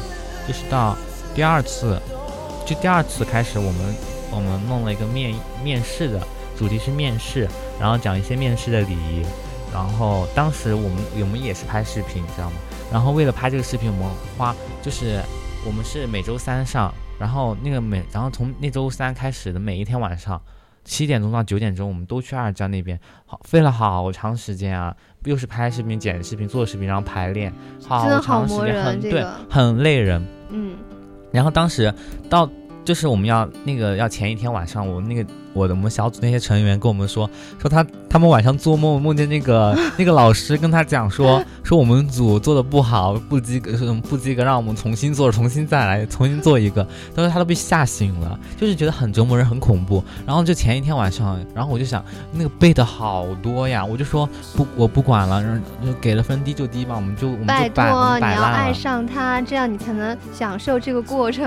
C: 就是到第二次，就第二次开始，我们我们弄了一个面面试的主题是面试，然后讲一些面试的礼仪。然后当时我们我们也是拍视频，你知道吗？然后为了拍这个视频，我们花就是我们是每周三上，然后那个每然后从那周三开始的每一天晚上。七点钟到九点钟，我们都去阿尔加那边，好费了好长时间啊！又是拍视频、剪视频、做视频，然后排练，好
B: 真的好
C: 长时
B: 磨
C: 间，
B: 人
C: 很
B: 这
C: 对，
B: 个，
C: 很累人。
B: 嗯，
C: 然后当时到就是我们要那个要前一天晚上，我那个我的我们小组那些成员跟我们说说他他们晚上做梦梦见那 个那个老师跟他讲说说我们组做的不好不及格说嗯不及格，让我们重新做重新再来重新做一个。当时他都被吓醒了，就是觉得很折磨人很恐怖。然后就前一天晚上，然后我就想那个背的好多呀，我就说不我不管了，然后就给了分低就低吧，我们就我们
B: 拜
C: 就摆我
B: 托，
C: 们
B: 你
C: 摆
B: 要
C: 烂了
B: 爱。上他，这样你才能享受这个过 程。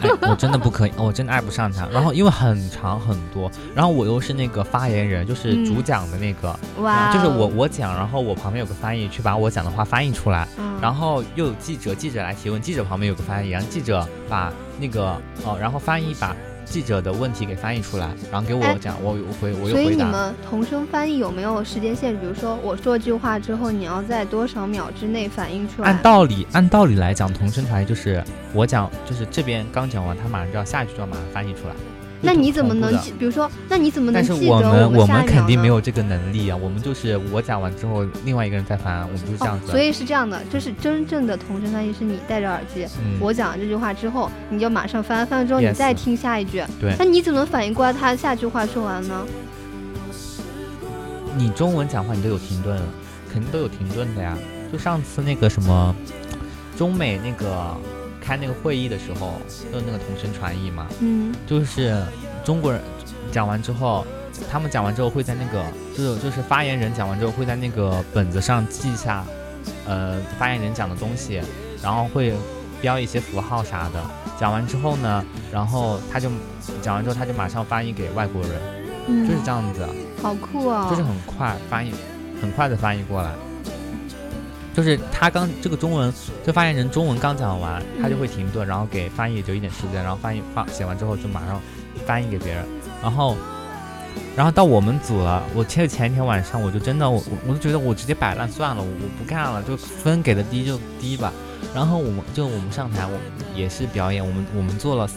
C: 哎，我真的不可以，我真的爱不上他。然后因为很长很多，然后我又是那个发言人，就是主讲的那个，
B: 嗯哇哦，
C: 啊就是我我讲，然后我旁边有个翻译去把我讲的话翻译出来，
B: 嗯，
C: 然后又有记者，记者来提问，记者旁边有个翻译，然后记者把那个哦，然后翻译把记者的问题给翻译出来，然后给
B: 哎
C: 我讲，我我回我又
B: 所以
C: 回
B: 你
C: 答。
B: 们同声翻译有没有时间限制？比如说我说句话之后，你要在多少秒之内反应出来？
C: 按道理，按道理来讲，同声传译就是我讲，就是这边刚讲完，他马上就要下一句就要马上翻译出来。
B: 那
C: 就
B: 你怎么
C: 同步
B: 能
C: 的
B: 记？比如说，那你怎么能
C: 但是
B: 记得
C: 我们
B: 我下
C: 们
B: 一
C: 肯
B: 秒
C: 定
B: 呢哦
C: 没有这个能力啊，我们就是我讲完之后，另外一个人再翻，我们就是这样子。
B: 哦。所以是这样的，就是真正的同声翻译是你戴着耳机，
C: 嗯，
B: 我讲了这句话之后，你就马上翻，翻完之后你
C: Yes
B: 再听下一句。
C: 对
B: 那你怎么反应过来他下句话说完呢？
C: 你中文讲话你都有停顿了，肯定都有停顿的呀。就上次那个什么，中美那个开那个会议的时候，就那个同声传译嘛，
B: 嗯，
C: 就是中国人讲完之后，他们讲完之后会在那个，就是就是发言人讲完之后会在那个本子上记下，呃，发言人讲的东西，然后会标一些符号啥的。讲完之后呢，然后他就讲完之后他就马上翻译给外国人，
B: 嗯
C: 就是这样子，
B: 好酷哦，
C: 就是很快翻译，很快的翻译过来。就是他刚这个中文，这发言人中文刚讲完，他就会停顿，然后给翻译留一点时间，然后翻译发写完之后就马上翻译给别人，然后，然后到我们组了，我其实前一天晚上我就真的我我我就觉得我直接摆烂算了，我我不干了，就分给的低就低吧。然后我们就我们上台，我也是表演，我们我们做了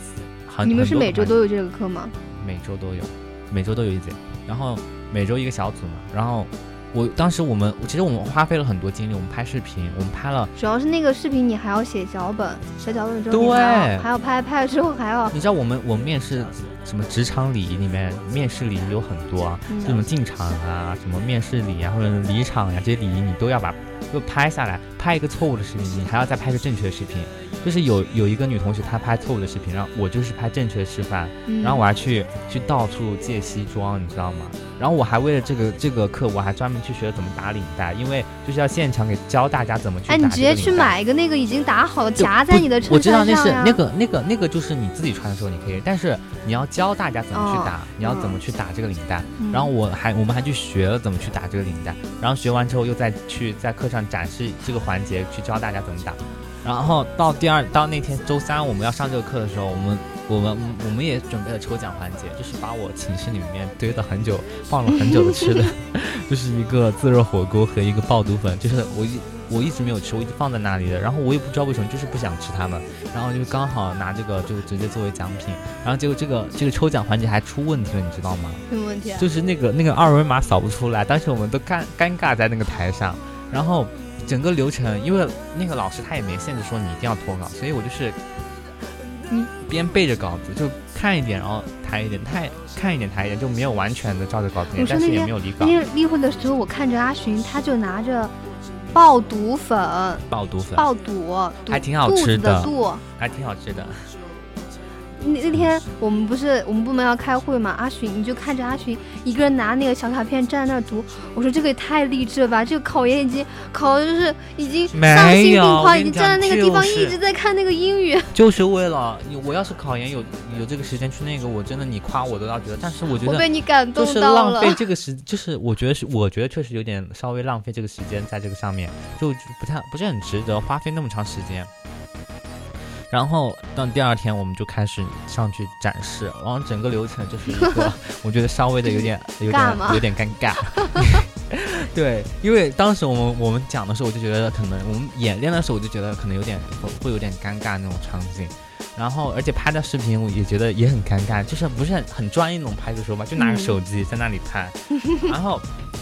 C: 很
B: 你们是
C: 很多个
B: 每周
C: 环节
B: 都有这个课吗？
C: 每周都有，每周都有一节，然后每周一个小组嘛。然后我当时我们其实我们花费了很多精力，我们拍视频，我们拍了，
B: 主要是那个视频你还要写脚本，写脚本之后
C: 对
B: 你还要还要拍，拍了之后还要
C: 你知道我们我们面试什么职场礼仪里面面试礼仪有很多啊，
B: 嗯
C: 这种进场啊、什么面试礼啊或者离场呀、这些礼仪你都要把就拍下来，拍一个错误的视频，你还要再拍个正确的视频。就是有有一个女同学她拍错误的视频，然后我就是拍正确的示范，
B: 嗯
C: 然后我还去去到处借西装，你知道吗？然后我还为了这个这个课，我还专门去学了怎么打领带，因为就是要现场给教大家怎么去打
B: 哎，
C: 这个
B: 你
C: 领带。
B: 直接去买一个那个已经打好了
C: 就
B: 夹在
C: 不
B: 你的衬
C: 我知道
B: 衫
C: 那
B: 上
C: 是
B: 呀。
C: 那个那个那个就是你自己穿的时候你可以，但是你要教大家怎么去打，
B: 哦
C: 你要怎么去打这个领带。然后我还我们还去学了怎么去打这个领带，然后学完之后又再去在课上展示这个环节，去教大家怎么打。然后到第二到那天周三我们要上这个课的时候，我们我们我们也准备了抽奖环节，就是把我寝室里面堆了很久、放了很久的吃的，就是一个自热火锅和一个爆肚粉，就是我一我一直没有吃，我一直放在那里的，然后我也不知道为什么，就是不想吃它们，然后就刚好拿这个就直接作为奖品，然后结果这个这个抽奖环节还出问题了，你知道吗？
B: 什么问题啊？
C: 就是那个那个二维码扫不出来，当时我们都尴尴尬在那个台上，然后整个流程，因为那个老师他也没限制说你一定要脱稿，所以我就是，
B: 嗯，
C: 边背着稿子就看一点，然后抬一点，太看一点抬一点，就没有完全的照着稿子念，
B: 我说
C: 但是
B: 那
C: 也
B: 天
C: 没有离稿
B: 那。天例会的时候，我看着阿寻，他就拿着爆肚粉，
C: 爆肚粉
B: 爆肚，肚
C: 还挺好
B: 肚
C: 吃
B: 子的
C: 的
B: 肚。
C: 还挺好吃的，
B: 那那天我们不是我们部门要开会嘛，阿寻你就看着阿寻一个人拿那个小卡片站在那儿读，我说这个也太励志了吧！这个考研已经考的就是已经
C: 没
B: 丧心病
C: 有我
B: 狂，
C: 跟
B: 已
C: 你
B: 经站在
C: 讲
B: 那个地方
C: 就
B: 一
C: 是
B: 直在看那个英语。
C: 就是为了你我要是考研有有这个时间去那个，我真的你夸我都要觉得，但是我觉
B: 我
C: 得
B: 被你感
C: 就
B: 动
C: 是
B: 到
C: 浪
B: 了
C: 费。这个时，就是我觉得是，我觉得确实有点稍微浪费这个时间在这个上面，就不太不是很值得花费那么长时间。然后到第二天，我们就开始上去展示，然后整个流程就是一个，我觉得稍微的有点 有
B: 尬
C: 点
B: 吗
C: 有点尴尬。对，因为当时我们我们讲的时候，我就觉得可能我们演练的时候，我就觉得可能有点会会有点尴尬那种场景。然后，而且拍的视频我也觉得也很尴尬，就是不是很很专业那种拍的时候吧，就拿个手机在那里拍。然后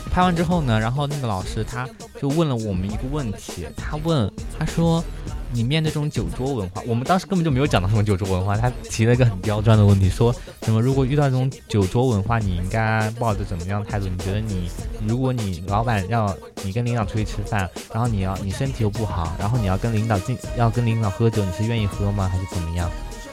C: 拍完之后呢，然后那个老师他就问了我们一个问题，他问他说：“你面对这种酒桌文化，我们当时根本就没有讲到什么酒桌文化。”他提了一个很刁钻的问题，说什么如果遇到这种酒桌文化，你应该抱着怎么样的态度？你觉得你如果你老板要你跟领导出去吃饭，然后你要你身体又不好，然后你要跟领导进要跟领导喝酒，你是愿意喝吗？还是怎么样？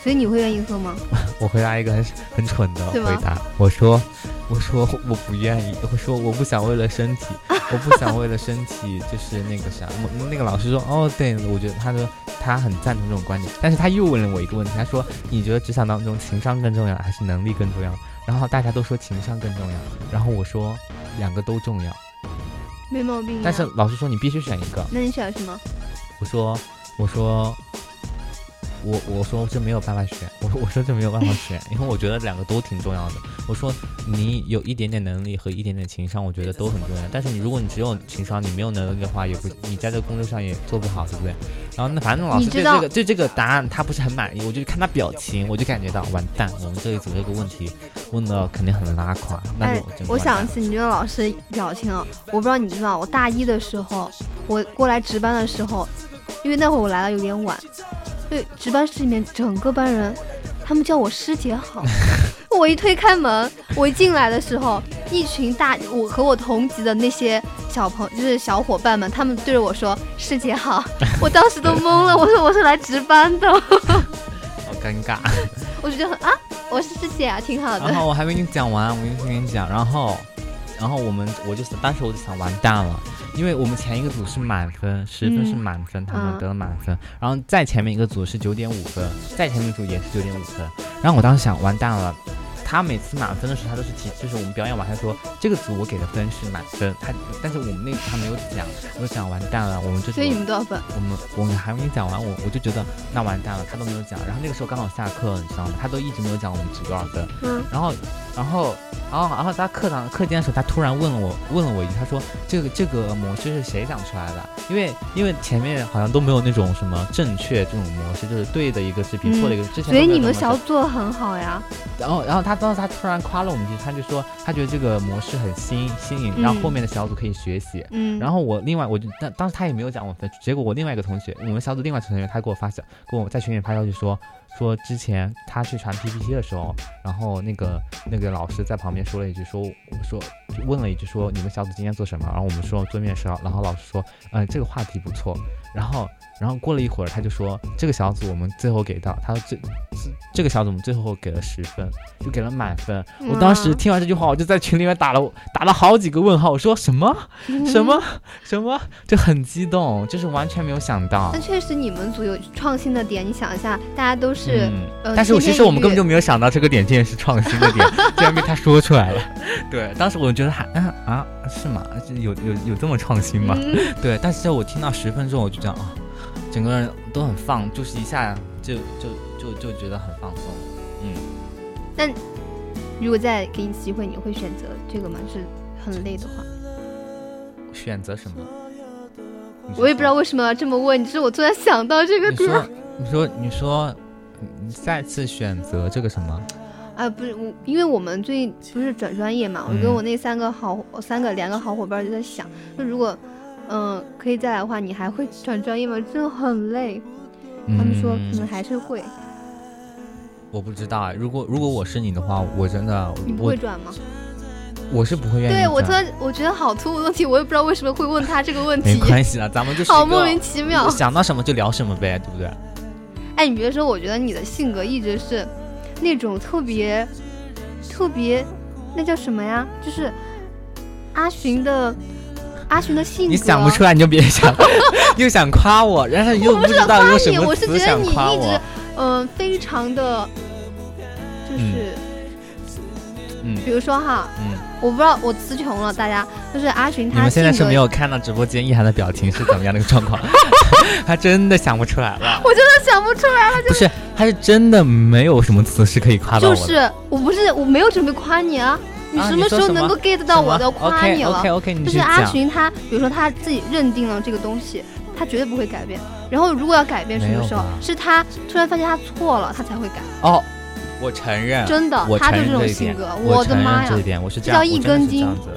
B: 所以你会愿意喝吗？
C: 我回答一个很很蠢的
B: 对吗
C: 回答，我说，我说我不愿意，我说我不想为了身体， 我不想为了身体就是那个啥，我那个老师说，哦，对，我觉得他说他很赞同这种观点，但是他又问了我一个问题，他说你觉得职场当中情商更重要还是能力更重要？然后大家都说情商更重要，然后我说两个都重要，
B: 没毛病、啊。
C: 但是老师说你必须选一个，
B: 那你选什么？
C: 我说，我说，我我说这没有办法选，我我说这没有办法 选，因为我觉得两个都挺重要的。我说你有一点点能力和一点点情商，我觉得都很重要。但是你如果你只有情商，你没有能力的话，也不你在这个工作上也做不好，对不对？然后那反正老
B: 你
C: 师
B: 知
C: 对这
B: 道
C: 个对这个答案他不是很满意，我就看他表情，我就感觉到完蛋，我们这一组这个问题问的肯定很拉垮。那
B: 哎
C: 就整，个
B: 我
C: 完蛋
B: 想
C: 了
B: 起你这个老师表情啊，我不知道你知道，我大一的时候，我过来值班的时候，因为那会儿我来的有点晚，对，值班室里面整个班人，他们叫我师姐 好。我一推开门，我一进来的时候，一群大我和我同级的那些小朋就是小伙伴们，他们对着我说师姐 好，我当时都懵了，我说我是来值班的，
C: 好尴尬。
B: 我就觉得很啊，我是师姐啊，挺好的
C: 然。后我还没跟你讲完，我跟跟你讲，然后，然后我们我就当时我就想完蛋了，因为我们前一个组是满分，十分是满分，他
B: 嗯
C: 们得了满分，然后再前面一个组是九点五分，再前面一个组也是九点五分，然后我当时想完蛋了。他每次满分的时候，他都是提，就是我们表演完，他说这个组我给的分是满分，他但是我们那个他没有讲，我就讲完蛋了，我们这组
B: 所以你们多少分？
C: 我们我们还没讲完，我我就觉得那完蛋了，他都没有讲。然后那个时候刚好下课，你知道吗？他都一直没有讲我们值多少分。
B: 嗯。
C: 然后，然后，然后，然后他课堂课间的时候，他突然问我问了我一句，他说：“这个这个模式是谁想出来的？”因为因为前面好像都没有那种什么正确这种模式，就是对的一个视频，
B: 嗯
C: 错的一个。之前都
B: 所
C: 没
B: 以
C: 有
B: 你
C: 这
B: 们
C: 么
B: 小
C: 做
B: 组做得很好呀，
C: 然后，然后他当时他突然夸了我们一句，他就说他觉得这个模式很新新颖，让后
B: 嗯
C: 面的小组可以学习。
B: 嗯，
C: 然后我另外我就当当时他也没有讲我分数，结果我另外一个同学，我们小组另外一个同学，他给我发消，给我在群里发消息说说之前他去传 PPT 的时候，然后那个那个老师在旁边说了一句说说就问了一句说你们小组今天做什么？然后我们说做面试，然后老师说嗯、呃这个话题不错，然后然后过了一会儿他就说这个小组我们最后给到他说这这这个小组我们最后给了十分，就给了满分。我当时
B: 哇
C: 听完这句话，我就在群里面打了打了好几个问号，我说什么？
B: 嗯
C: 什么什么，就很激动，就是完全没有想到
B: 那。确实你们组有创新的点，你想一下，大家都是，
C: 嗯
B: 呃，
C: 但是我
B: 千
C: 其
B: 篇
C: 实我
B: 一
C: 们根本
B: 律
C: 就没有想到这个点竟然是创新的点， 竟然被他说出 来了。对，当时我觉得还啊啊是吗？这有有有这么创新吗？
B: 嗯
C: 对，但是我听到十分钟我就这样啊，整个人都很放，就是一下就就就就觉得很放松。嗯
B: 如果再给你一次机会，你会选择这个吗？是很累的话，
C: 选择什么？你说
B: 我也不知道为什么要这么问，只是我突然想到这个
C: 你
B: 点儿
C: 说。你说你说，你再次选择这个什么？
B: 啊，不是我，因为我们最不是转专业嘛，我跟
C: 嗯
B: 我那三个好三个两个好伙伴就在想，那如果嗯、可以再来的话，你还会转专业吗？真的很累。他们说可
C: 嗯
B: 能还是会，
C: 我不知道啊，如果如果我是你的话，我真的
B: 你不
C: 我
B: 会转吗？
C: 我是不会愿意
B: 对我突
C: 转
B: 然我觉得好突兀的问题，我也不知道为什么会问他这个问
C: 没
B: 题，
C: 关系啦，咱们就是
B: 好
C: 一个
B: 莫名其妙。
C: 想到什么就聊什么呗，对不对？
B: 哎，你别说，我觉得你的性格一直是那种特别特别，那叫什么呀？就是阿寻的阿寻的性格。
C: 你想不出来你就别想， 又想夸我，然后又不知道用什
B: 我
C: 么
B: 是
C: 词
B: 觉得
C: 想
B: 你
C: 夸
B: 一直嗯、呃非常的，就是、
C: 嗯
B: 比如说哈，
C: 嗯，
B: 我不知道我词穷了，大家就是阿寻
C: 你
B: 他
C: 们现
B: 性
C: 在
B: 格。
C: 是没有看到直播间一涵的表情是怎么样的一个状况， 他真的想不出来了，
B: 我真的想不出来，
C: 不是，他是真的没有什么词是可以夸到
B: 就
C: 我的。
B: 是我不是我没有准备夸你啊，你
C: 啊
B: 什
C: 你
B: 么时
C: 说
B: 候
C: 什
B: 能
C: 么
B: 够 get 到我的夸你了？
C: OK OK，你
B: 就是
C: 去讲。
B: 阿寻他，比如说他自己认定了这个东西，他绝对不会改变。然后如果要改变，什
C: 没
B: 么
C: 有
B: 时候
C: 吧
B: 是他突然发现他错了，他才会改。
C: 哦，我承认，
B: 真的
C: 我，
B: 他就
C: 承认
B: 这种
C: 这一
B: 性
C: 点
B: 格，，
C: 我
B: 的
C: 承
B: 妈
C: 认
B: 呀
C: 这一！点，我是这
B: 这叫
C: 样，
B: 一
C: 我真的
B: 根
C: 是这
B: 筋
C: 样子。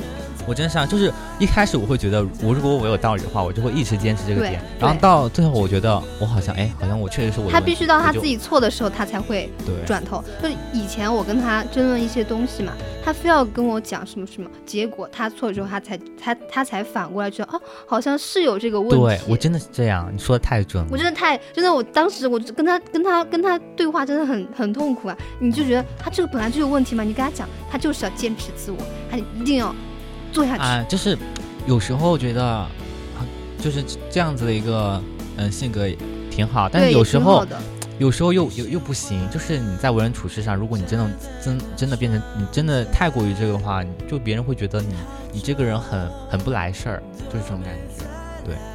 C: 我真的是这样，就是一开始我会觉得，我如果我有道理的话，我就会一直坚持这个
B: 对
C: 点。
B: 对
C: 然后到最后，我觉得我好像，哎，好像我确实是我的
B: 他
C: 问题。
B: 必须到他
C: 我就
B: 自己错的时候，他才会
C: 对，
B: 转头。就以前我跟他争论一些东西嘛，他非要跟我讲什么什么，结果他错了之后，他才他他才反过来觉得，哦，好像是有这个问题。
C: 对我真的是这样，你说的太准了。
B: 我真的太真的，我当时我就跟他跟他跟他对话真的很很痛苦啊！你就觉得他这个本来就有问题嘛，你跟他讲，他就是要坚持自我，他一定要做下去。
C: 啊、就是有时候觉得，啊就是这样子的一个嗯性格也挺好，但
B: 对，
C: 是有
B: 也
C: 时
B: 挺
C: 候
B: 好的
C: 有时候又又又不行，就是你在为人处事上，如果你真的真真的变成你真的太过于这个的话，你就别人会觉得你你这个人很很不来事儿，就是这种感觉。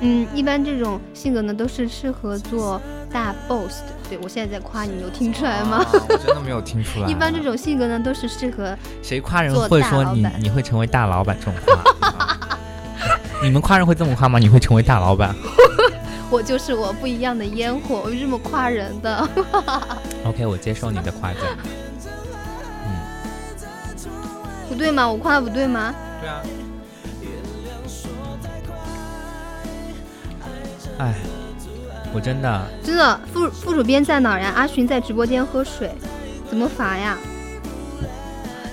B: 嗯，一般这种性格呢都是适合做大 boss 的。对我现在在夸你，有听出来吗？？
C: 哦我真的没有听出来。
B: 一般这种性格呢都是适合
C: 谁夸人
B: 做
C: 会
B: 大
C: 说
B: 老
C: 你
B: 板
C: 你会成为大老板这种话？ 你们夸人会这么夸吗？你会成为大老板
B: 我就是我不一样的烟火，我就这么夸人的。
C: ？OK，我接受你的夸奖。嗯
B: 不对吗？我夸的不对吗？
C: 对啊。哎，我真的
B: 真的，副副主编在哪儿呀？阿寻在直播间喝水，怎么罚呀？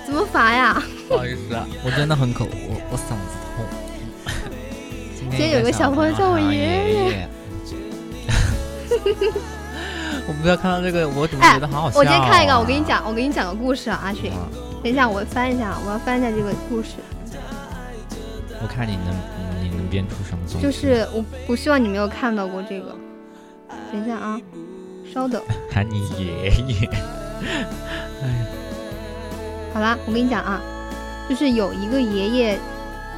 B: 怎么罚呀？
C: 不好意思啊，我真的很口，我我嗓子痛。
B: 今
C: 今
B: 天有个小朋友叫我爷
C: 爷爷。我不要看到这个，我怎么
B: 哎
C: 觉得好好笑、
B: 我
C: 啊
B: 先看一个，我跟你，讲，我给你讲个故事啊，阿寻。
C: 嗯
B: 等一下，我翻一下，我要翻一下这个故事。
C: 我看你能你能编出什么东西？
B: 就是我，我希望你没有看到过这个。等一下啊，稍等。
C: 喊你爷爷。哎呀，
B: 好啦，我跟你讲啊，就是有一个爷爷，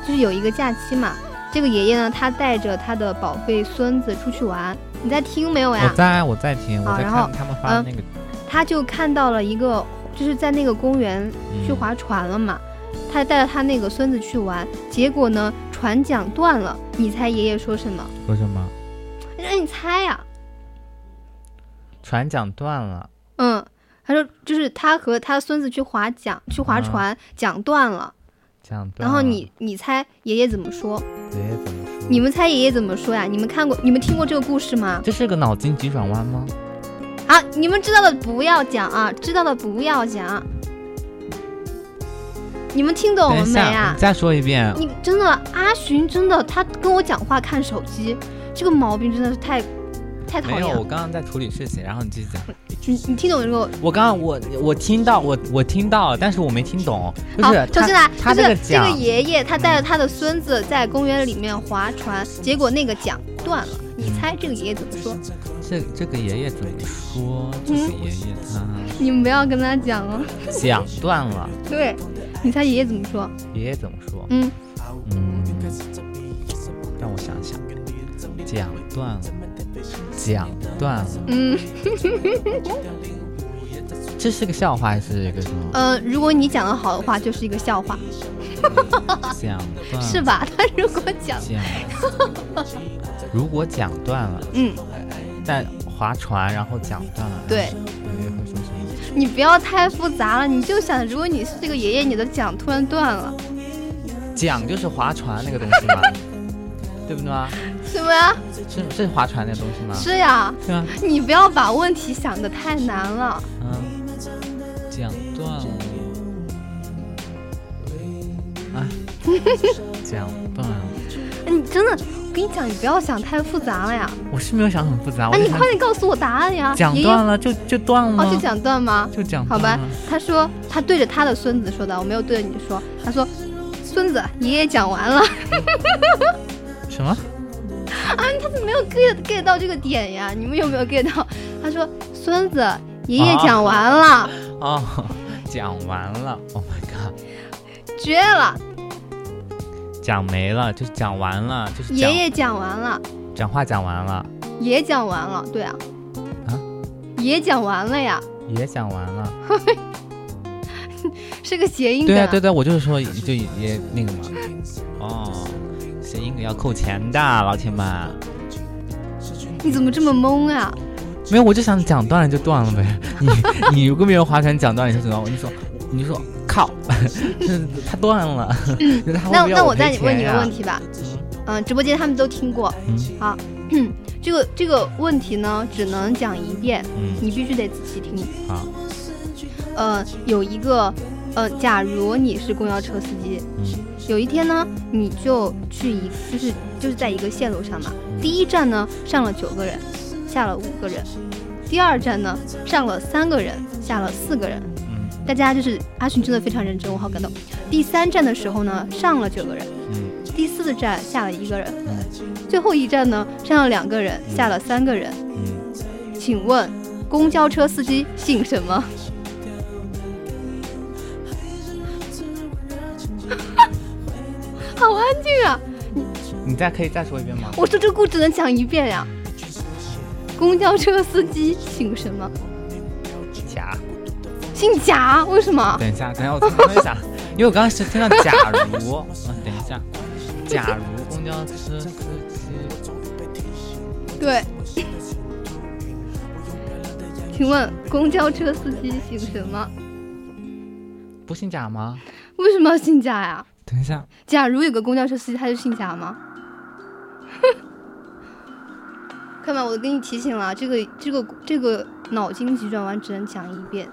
B: 就是有一个假期嘛，这个爷爷呢，他带着他的宝贝孙子出去玩。你在听没有
C: 我
B: 呀？
C: 哦在我在听，我
B: 好
C: 在
B: 然后
C: 看他们发的
B: 嗯
C: 那个
B: 他就看到了一个，就是在那个公园
C: 嗯
B: 去划船了嘛。他带着他那个孙子去玩，结果呢，船桨断了。你猜爷爷说什么？哎
C: 说什么？
B: 让你猜呀、
C: 船桨断了，
B: 嗯，他说就是他和他孙子去划桨，去划
C: 嗯
B: 船，桨断了。
C: 桨
B: 然
C: 断了。
B: 后你你猜爷爷怎么说？
C: 爷爷怎么说？
B: 你们猜爷爷怎么说呀？你们看过、你们听过这个故事吗？
C: 这是个脑筋急转弯吗？
B: 啊，你们知道的不要讲啊，知道的不要讲。你们听懂
C: 等
B: 了
C: 一
B: 没
C: 下，
B: 啊
C: 你？再说一遍。
B: 你真的阿寻真的，他跟我讲话看手机，这个毛病真的是太太讨
C: 没
B: 厌
C: 有，我
B: 了。
C: 刚刚在处理事情，然后你继续讲。
B: 你你听懂这个？
C: 我刚刚我我听到我我听到了，但是我没听懂，就
B: 好
C: 是，
B: 首
C: 他
B: 先来，
C: 他
B: 就是
C: 这个
B: 这个
C: 讲嗯
B: 爷爷他带着他的孙子在公园里面划船，结果那个桨断了。你
C: 嗯
B: 猜这个爷爷怎么说？
C: 这这个爷爷怎么说？这
B: 嗯
C: 个爷爷他
B: 你们不要跟他讲哦。
C: 讲断了，
B: 对，你猜爷爷怎么说？
C: 爷爷怎么说？
B: 嗯，
C: 嗯，让我想想，讲断了，讲断了，
B: 嗯，
C: 这是个笑话还是一个什么？
B: 呃，如果你讲的好的话，就是一个笑话，
C: 讲断
B: 是吧？ 他如果讲，
C: 讲，如果讲断了，
B: 嗯，
C: 在划船，然后讲断了，
B: 对
C: 爷爷会说什么？
B: 你不要太复杂了，你就想，如果你是这个爷爷，你的桨突然断了，
C: 桨就是划船那个东 西吗？对不对吗？
B: 什么呀？
C: 是是划船那个东西吗？
B: 啊是呀，
C: 对啊，
B: 你不要把问题想的太难了。
C: 嗯，讲哦断了，哎， 讲断了，
B: 哎你真的，我跟你讲，你不要想太复杂了呀。
C: 我是没有想很复杂，我
B: 啊，
C: 就
B: 你
C: 想
B: 快点告诉我答案呀！
C: 讲
B: 爷爷
C: 断了就就断了吗？
B: 哦，就讲断吗？
C: 就讲
B: 好吧
C: 断了，，
B: 他说他对着他的孙子说的，我没有对着你说。他说，孙子，爷爷讲完了。
C: 什么？
B: 没有 get get 到这个点呀？你们有没有 get 到？他说：“孙子，爷爷讲完了，
C: 哦，讲完了，Oh my god，
B: 绝了，
C: 讲没了，就是讲完了，就是讲
B: 爷爷讲完了，
C: 讲话讲完了，
B: 爷讲完了，对啊，
C: 啊
B: 爷讲完了呀，
C: 也讲完了。
B: 是个谐音梗。
C: 对啊，对对，我就是说，就也那个嘛。哦，谐音梗要扣钱的，老铁们。
B: 你怎么这么懵啊？
C: 没有，我就想讲断了就断了 呗。你你如果没有划船讲断了，你就断了。你说你说靠， 它断了。
B: 那
C: 那
B: 嗯那我再
C: 赔
B: 问你
C: 钱
B: 个
C: 呀
B: 问，题吧，嗯，直播间他们都听过，
C: 嗯
B: 好，这个这个问题呢，只能讲一遍，
C: 嗯，
B: 你必须得仔细听。
C: 好，
B: 呃，有一个，呃，假如你是公交车司机，
C: 嗯
B: 有一天呢，你就去一就是就是在一个线路上嘛，第一站呢上了九个人，下了五个人，第二站呢上了三个人，下了四个人，
C: 嗯
B: 大家就是阿寻真的非常认真，我好感动。第三站的时候呢上了九个人，
C: 嗯
B: 第四站下了一个人，
C: 嗯
B: 最后一站呢上了两个人，下了三个人。
C: 嗯，
B: 请问公交车司机姓什么？ 好安静啊！
C: 你再可以再说一遍吗？
B: 我说这故只能讲一遍呀、公交车司机姓什么？
C: 假，
B: 姓贾？为什么？
C: 等一下，等一下，我突然 想，因为我刚刚是听到假如，啊，等一下，假如公交车司机，
B: 对。请问公交车司机姓什么？
C: 不姓贾吗？
B: 为什么要姓贾呀？
C: 等一下，
B: 假如有个公交车司机，他就姓贾吗？ 看吧，我给你提醒了，啊这个这个这个脑筋急转弯只能讲一遍。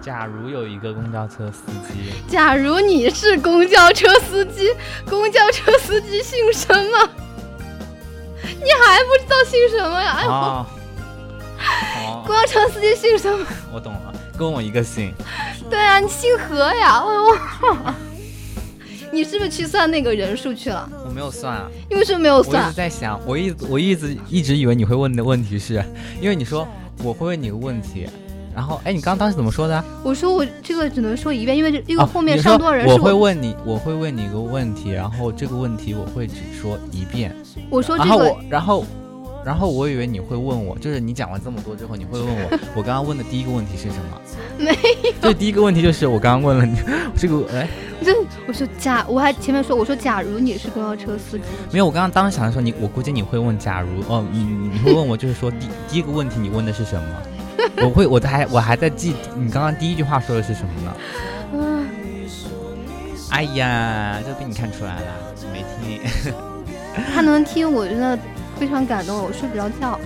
C: 假如有一个公交车司机，
B: 假如你是公交车司机，公交车司机姓什么？ 你还不知道姓什么呀？哎，
C: 哦，哦
B: 公，交车司机姓什么？
C: 我懂了，跟我一个姓，
B: 对啊，你姓何呀？我、我， 你是不是去算那个人数去了？
C: 我没有算啊。
B: 你为什么没有
C: 我一
B: 算
C: 直？在想，我一我一直一直以为你会问的问题是，因为你说我会问你个问题，然然后，哎，你刚刚当时怎么说的啊？
B: 我说我这个只能说一遍，因为这这个
C: 啊
B: 后面
C: 你
B: 上
C: 说
B: 多少人是
C: 我会问你，我会问你一个问题，然后这个问题我会只说一遍，
B: 我哦说这
C: 然后
B: 个
C: 我，然后，然后我以为你会问我，就是你讲完这么多之后，你会问我，我刚刚问的第一个问题是什么？
B: 没
C: 有，就第一个问题就是我刚刚问了你这个，哎，
B: 这 我说假，我还前面说我说假如你是公交车司机，
C: 没有，我刚刚当时想的时候，你我估计你会问，假如哦，你你会问我，就是说第第一个问题你问的是什么？我会，我还我还在记你刚刚第一句话说的是什么呢？
B: 嗯、
C: 哎呀，这被你看出来了，你没听。
B: 他能听我真的非常感动，我睡不着觉。
C: 啊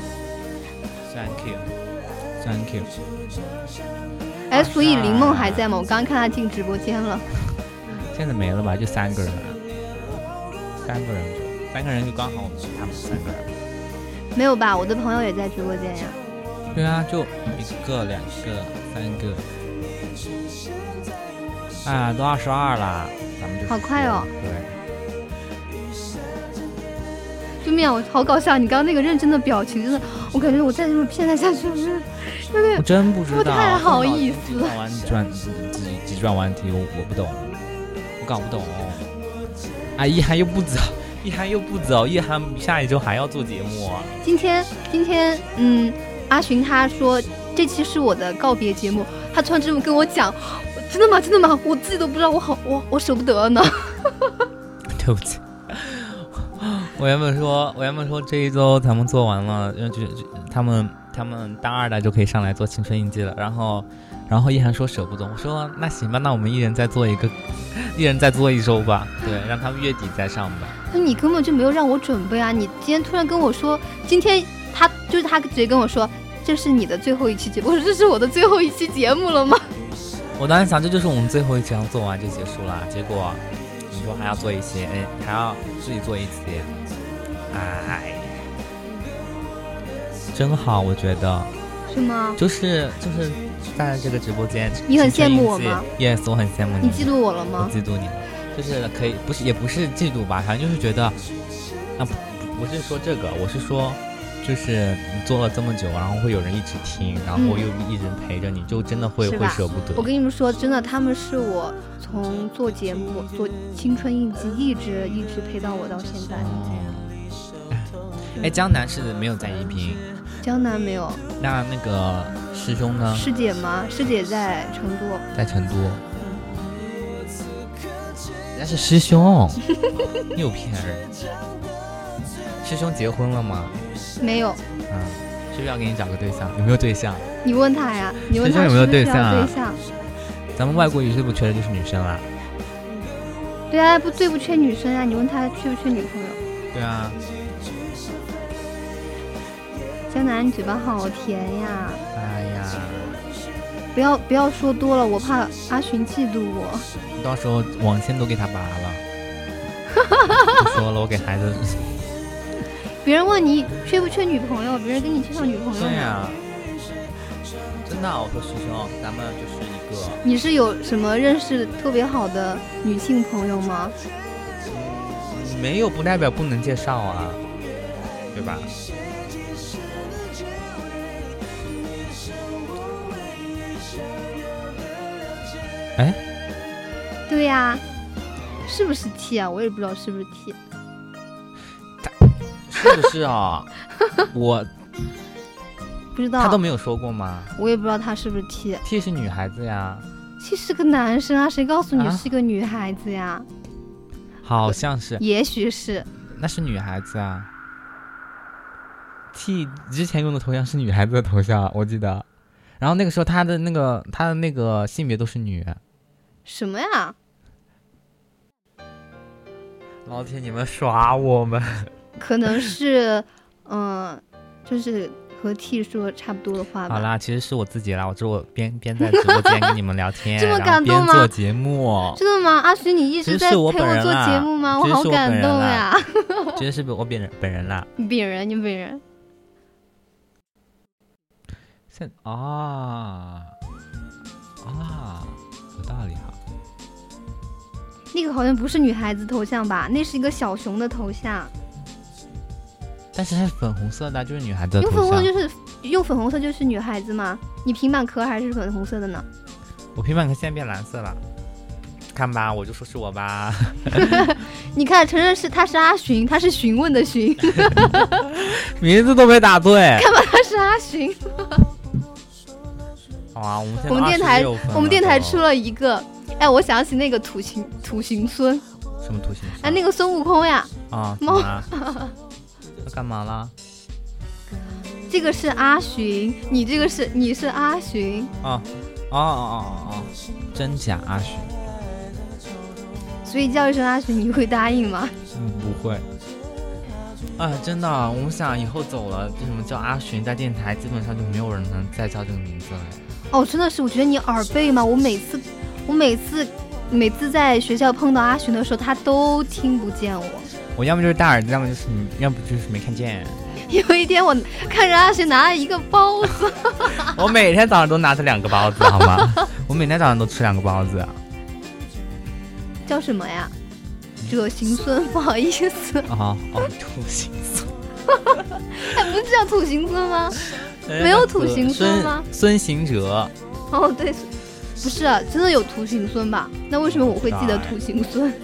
C: Thank you, thank you。
B: 哎，所以
C: 啊
B: 林梦还在吗？我刚刚看他进直播间了。
C: 现在没了吧？就三个人了，三个人就三个人就刚好我们他们三个人。
B: 没有吧？我的朋友也在直播间呀。
C: 对啊，就一个、两个、三个。啊，都二十二啦，咱们就
B: 好快哦。
C: 对，
B: 对面，我好搞笑！你刚刚那个认真的表情，真的，我感觉我再这么骗他下去，我真的有
C: 我
B: 点
C: 真不知
B: 不
C: 道。啊
B: 太好意思
C: 几转弯转几几几转弯题，我我不懂，我搞不懂、啊，一涵又不走，一涵又不走，一涵下一周还要做节目、啊。
B: 今天，今天，嗯，阿寻他说这期是我的告别节目，他突然这么跟我讲，我真的吗？真的吗？我自己都不知道，我好，我我舍不得呢。
C: 对不起，我原本说，我原本说这一周咱们做完了，然后就就他们他们大二的就可以上来做青春印记了。然后，然后一涵说舍不得，我说那行吧，那我们一人再做一个， 一人再做一周吧。对，让他们月底再上吧。
B: 那你根本就没有让我准备啊！你今天突然跟我说，今天他就是他直接跟我说。这是你的最后一期节目，我说这是我的最后一期节目了吗？
C: 我当时想，这就是我们最后一期，要做完就结束了。结果你说还要做一期，哎，还要自己做一期，哎，真好，我觉得。
B: 是吗？
C: 就是就是在这个直播间，
B: 你很
C: 青春
B: 羡慕我
C: 印记
B: 吗
C: ？Yes，我很羡慕你。
B: 你嫉妒我了
C: 我
B: 吗？
C: 嫉妒你，就是可以不是也不是嫉妒吧，反正就是觉得啊，不不是说这个，我是说。就是你做了这么久，然后会有人一直听，然后
B: 嗯
C: 又一直陪着你，就真的会
B: 是
C: 会
B: 吧
C: 舍不得。
B: 我跟你们说，真的，他们是我从做节目、做青春印记，一直一直陪到我到现在。
C: 嗯哦哎，江南是没有在宜宾，
B: 江南没有
C: 那那个师兄呢，
B: 师姐吗？师姐在成都，
C: 在成都。人家是师 兄，你有骗人。师兄结婚了吗？
B: 没有。
C: 啊，是不是要给你找个对象？有没有对象？
B: 你问他呀，你问
C: 学校
B: 他
C: 有没有
B: 是不是
C: 对象啊
B: 要对象？
C: 咱们外国语是不缺的就是女生啊啦。
B: 对啊，不对不缺女生啊，你问他缺不缺女朋友？
C: 对啊，
B: 江南，你嘴巴好甜呀！
C: 哎呀，
B: 不要不要说多了，我怕阿寻嫉妒我。
C: 到时候网线都给他拔 了。不说了，我给孩子。
B: 别人问你缺不缺女朋友，别人给你介绍女朋友
C: 对
B: 呢。
C: 呀、真的啊、我说师兄，咱们就是一个。
B: 你是有什么认识特别好的女性朋友吗？
C: 没有不代表不能介绍啊，对吧？哎，
B: 对呀、是不是 T 啊？我也不知道是不是 T。
C: 是不是 啊？我
B: 不知
C: 他
B: 道
C: 都，没有说过吗
B: 我也不知道他是不是 T。
C: ？T 是女孩子呀，
B: 其实是个男生啊，谁告诉你
C: 啊
B: 是个女孩子呀？
C: 好像是，
B: 也许是，
C: 那是女孩子啊。T 之前用的头像是女孩子的头像，我记得。然后那个时候她的那个她的那个性别都是女。
B: 什么呀？
C: 老铁，你们耍我们。
B: 可能是，嗯、就是和 T 说差不多的话吧。
C: 好啦，其实是我自己啦，我这我边边在直播间跟你们聊 天，
B: 这么
C: 然后
B: 感动
C: 边
B: 吗
C: 做节目，
B: 真的吗？阿徐，你一直
C: 其实
B: 在陪
C: 是我本人
B: 做
C: 啦
B: 节目吗？
C: 其实
B: 好
C: 是我本
B: 感
C: 人
B: 动
C: 啦
B: 呀！
C: 觉得是不是我本人本人啦？
B: 你本人，你本人，
C: 现啊啊，有道理哈、
B: 那个好像不是女孩子头像吧？那是一个小熊的头像，
C: 但是它是粉红色的，就是女孩子的
B: 因为粉
C: 头
B: 红
C: 像
B: 色。就是用粉红色就是女孩子吗？你平板壳还是粉红色的呢？
C: 我平板壳现在变蓝色了，看吧，我就说是我吧。
B: 你看，承认是他是阿寻，他是询问的 询，
C: 名字都没答对。
B: 他是阿寻。
C: 好啊，我们现
B: 我们电
C: 在
B: 台
C: 26分了
B: 我们电台出
C: 都
B: 了一个，哎，我想起那个土行土行孙，
C: 什么图形？
B: 哎，那个孙悟空呀，
C: 个啊，
B: 猫
C: 怎么 啦要干嘛啦？
B: 这个是阿寻，你这个是你是阿寻，
C: 啊哦哦哦哦，真假阿寻？
B: 所以叫一声阿寻，你会答应吗？
C: 嗯，不会。啊，真的，我们想以后走了，这什么叫阿寻，在电台基本上就没有人能再叫这个名字了。
B: 哦，真的是，我觉得你耳背嘛，我每次我每次每次在学校碰到阿寻的时候，他都听不见我。
C: 我要么就是大耳，要么就是你，要不就是没看 见。
B: 有一天我看着阿寻拿了一个包子，
C: 我每天早上都拿着两个包子，好吗？我每天早上都吃两个包子。啊
B: 叫什么呀？惹行孙， 不好意思，
C: 哦哦，土行孙，
B: 哎，不是叫土行孙吗？没有土行孙吗
C: 哎孙孙行者，
B: 哦，对，不是、啊，真的有土行孙吧？那为什么我会记得土行孙？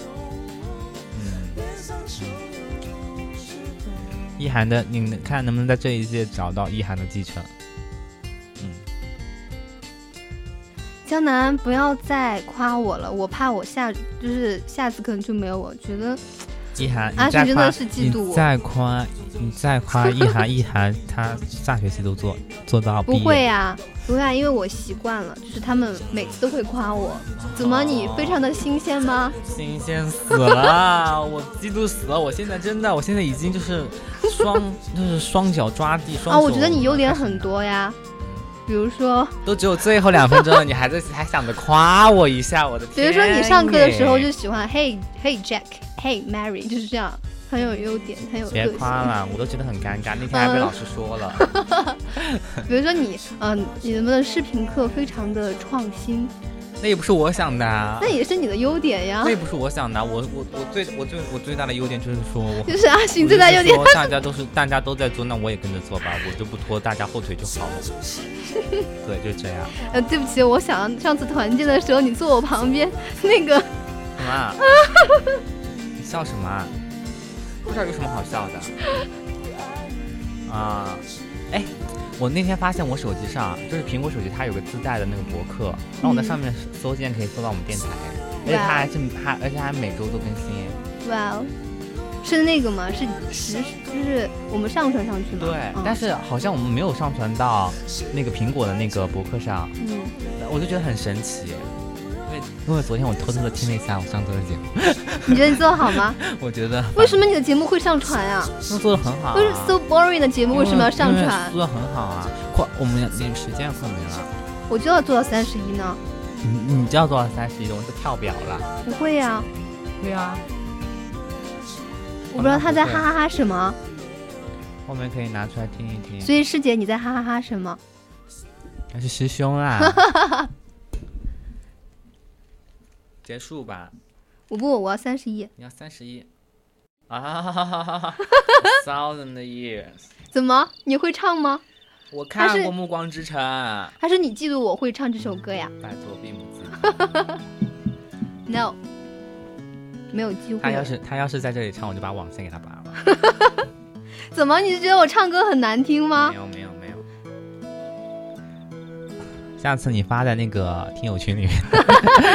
C: 一嗯涵的，你们看能不能在这一届找到一涵的继承？嗯
B: 江南，不要再夸我了，我怕我下就是下次可能就没有我。觉得
C: 一涵，你
B: 阿雪
C: 再
B: 啊真
C: 夸
B: 的是嫉妒我
C: 你再夸，你再 夸一涵，一涵他下学期都做做到毕
B: 不
C: 业，
B: 会啊，不会啊，因为我习惯了，就是他们每次都会夸我。怎么你非常的新鲜吗？
C: 新鲜死了，我嫉妒死了！我现在真的，我现在已经就是双就是双脚抓地，双
B: 啊，
C: 手
B: 我觉得你优点很多呀，比如说，
C: 都只有最后两分钟了，你还在还想着夸我一下，我的
B: 比
C: 天！
B: 如说你上课的时候就喜欢 Hey Hey Jack Hey Mary，就是这样，很有优点，很有个
C: 别
B: 性。
C: 夸了，我都觉得很尴尬。那天
B: 嗯
C: 还被老师说了，
B: 比如说你，嗯、你们的视频课非常的创新，
C: 那也不是我想的啊
B: 那，也是你的优点呀
C: 那。也不是我想的啊。我我我最我最我最大的优点就是说我
B: 就是阿
C: 你
B: 寻最大优点，，
C: 大家都是大家都在做，那我也跟着做吧，我就不拖大家后腿就好 了。对，就这样。
B: 呃，对不起，我想上次团建的时候你坐我旁边，那个
C: 什么啊？ 你笑什么啊？不知道有什么好笑的。 啊，哎，我那天发现我手机上啊就是苹果手机，它有个自带的那个博客，然后我在上面搜键可以搜到我们电台，而且它还是它，而且它还每周都更新。
B: 哇哦，是那个吗？是实就是我们上传上去吗？
C: 对，
B: 嗯、
C: 但是好像我们没有上传到那个苹果的那个博客上。
B: 嗯，
C: 我就觉得很神奇，因为因为昨天我偷偷的听了一下我上周的节目，
B: 你觉得你做的好吗？
C: 我觉得
B: 为什么你的节目会上传啊？
C: 那做的很好、啊，
B: 不是 so boring 的节目为什么要上
C: 因为
B: 传？
C: 做的很好啊，快，我们那时间快没了，啊
B: 我就要做到三十一呢？
C: 你你就要做到三十一，我就跳表了。
B: 不会呀、
C: 对啊，
B: 我不知道他在
C: 不会
B: 哈哈哈什么。
C: 后面可以拿出来听一听。
B: 所以师姐你在哈哈哈什么？
C: 那是师兄啦。 结束吧，
B: 我不，我要三十一。
C: 你要三 十一啊，thousand years。
B: 怎么？你会唱吗？
C: 我
B: 还
C: 看
B: 是
C: 过《暮光之城》，
B: 还是你嫉妒我会唱这首歌呀
C: 拜托并不记得。
B: ？No，没有机
C: 他
B: 会
C: 要
B: 了。
C: 是他要是在这里唱，我就把网线给他拔了。
B: 怎么？你是觉得我唱歌很难听吗
C: 没？有没有没有。下次你发在那个听友 群里面，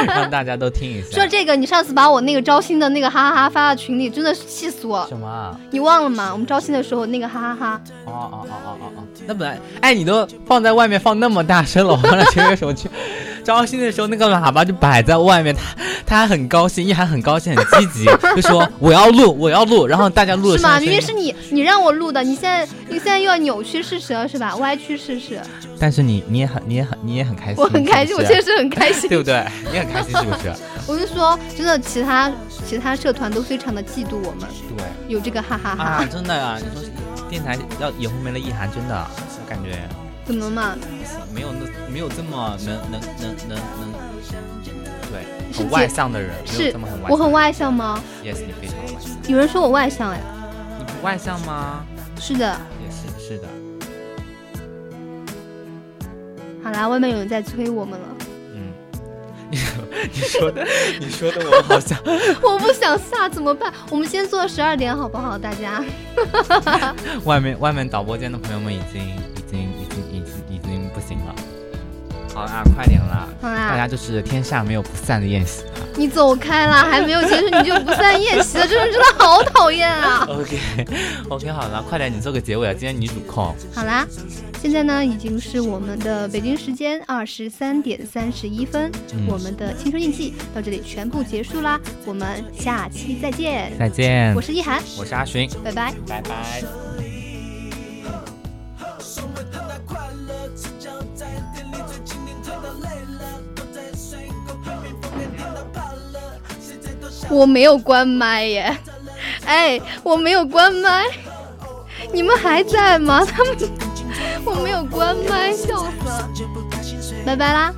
C: 让大家都听一下
B: 说。这个，你上次把我那个招新的那个哈哈哈发到群里，真的是气死我！
C: 什么啊？
B: 你忘了吗？我们招新的时候那个哈哈哈，
C: 哦哦哦哦哦哦！那本来哎，你都放在外面放那么大声了，我忘了前面什么去。 招新的时候，那个喇叭就摆在外面，他他还很高兴，一涵很高兴，很积 极，就说我要录，我要录。然后大家录了
B: 是吗？
C: 三声
B: 明明是你，你让我录的，你现在你现在又要扭曲事实了是吧？歪曲事实，
C: 但是你你也很你也很你也很开心，
B: 我很开心，
C: 是不
B: 我
C: 是
B: 现在是很开心。
C: 对不对？你很开心是不 是？
B: 我就说，真的，其他其他社团都非常的嫉妒我们
C: 对。
B: 有这个哈哈哈，
C: 啊，真的啊！你说电台要以后没了意涵，真的，我感觉
B: 怎么嘛？
C: 没有那没有这么能能能能能，对，
B: 是
C: 很
B: 姐
C: 外向的人，没有
B: 是
C: 这么很外向。
B: 我很。外向吗？
C: Yes，你非常外向。
B: 有人说我外向哎，
C: 你不外向吗？
B: 是的，
C: 也是是的。
B: 好啦，外面有人在催我们了，
C: 嗯， 你说的，你说的，我好像
B: 我不想下怎么办？我们先做十二点好不好，大家？
C: 外面外面导播间的朋友们已经已经已经已经已经不行了。好啦，快点啦！
B: 好
C: 大
B: 啦
C: 家，就是天下没有不散的宴席。
B: 你走开 啦，还没有结束你就不散宴席了，这 人真的好讨厌啊！
C: OK OK，好了，快点你做个结尾啊！今天女主控，
B: 好啦，现在呢已经是我们的北京时间二十三点三十一分，
C: 嗯
B: 我们的青春印记到这里全部结束啦，我们下期再见。
C: 再见。
B: 我是一涵，
C: 我是阿寻，
B: 拜拜。
C: 拜拜。
D: 生活太大快乐，赤脚在店里最今天太到累了，都在睡够，海边风干电脑怕了，现在都想
B: 我没有关麦耶， 哎，我没有关麦，你们还 在吗？他们，我没有关麦，笑死了，拜拜啦。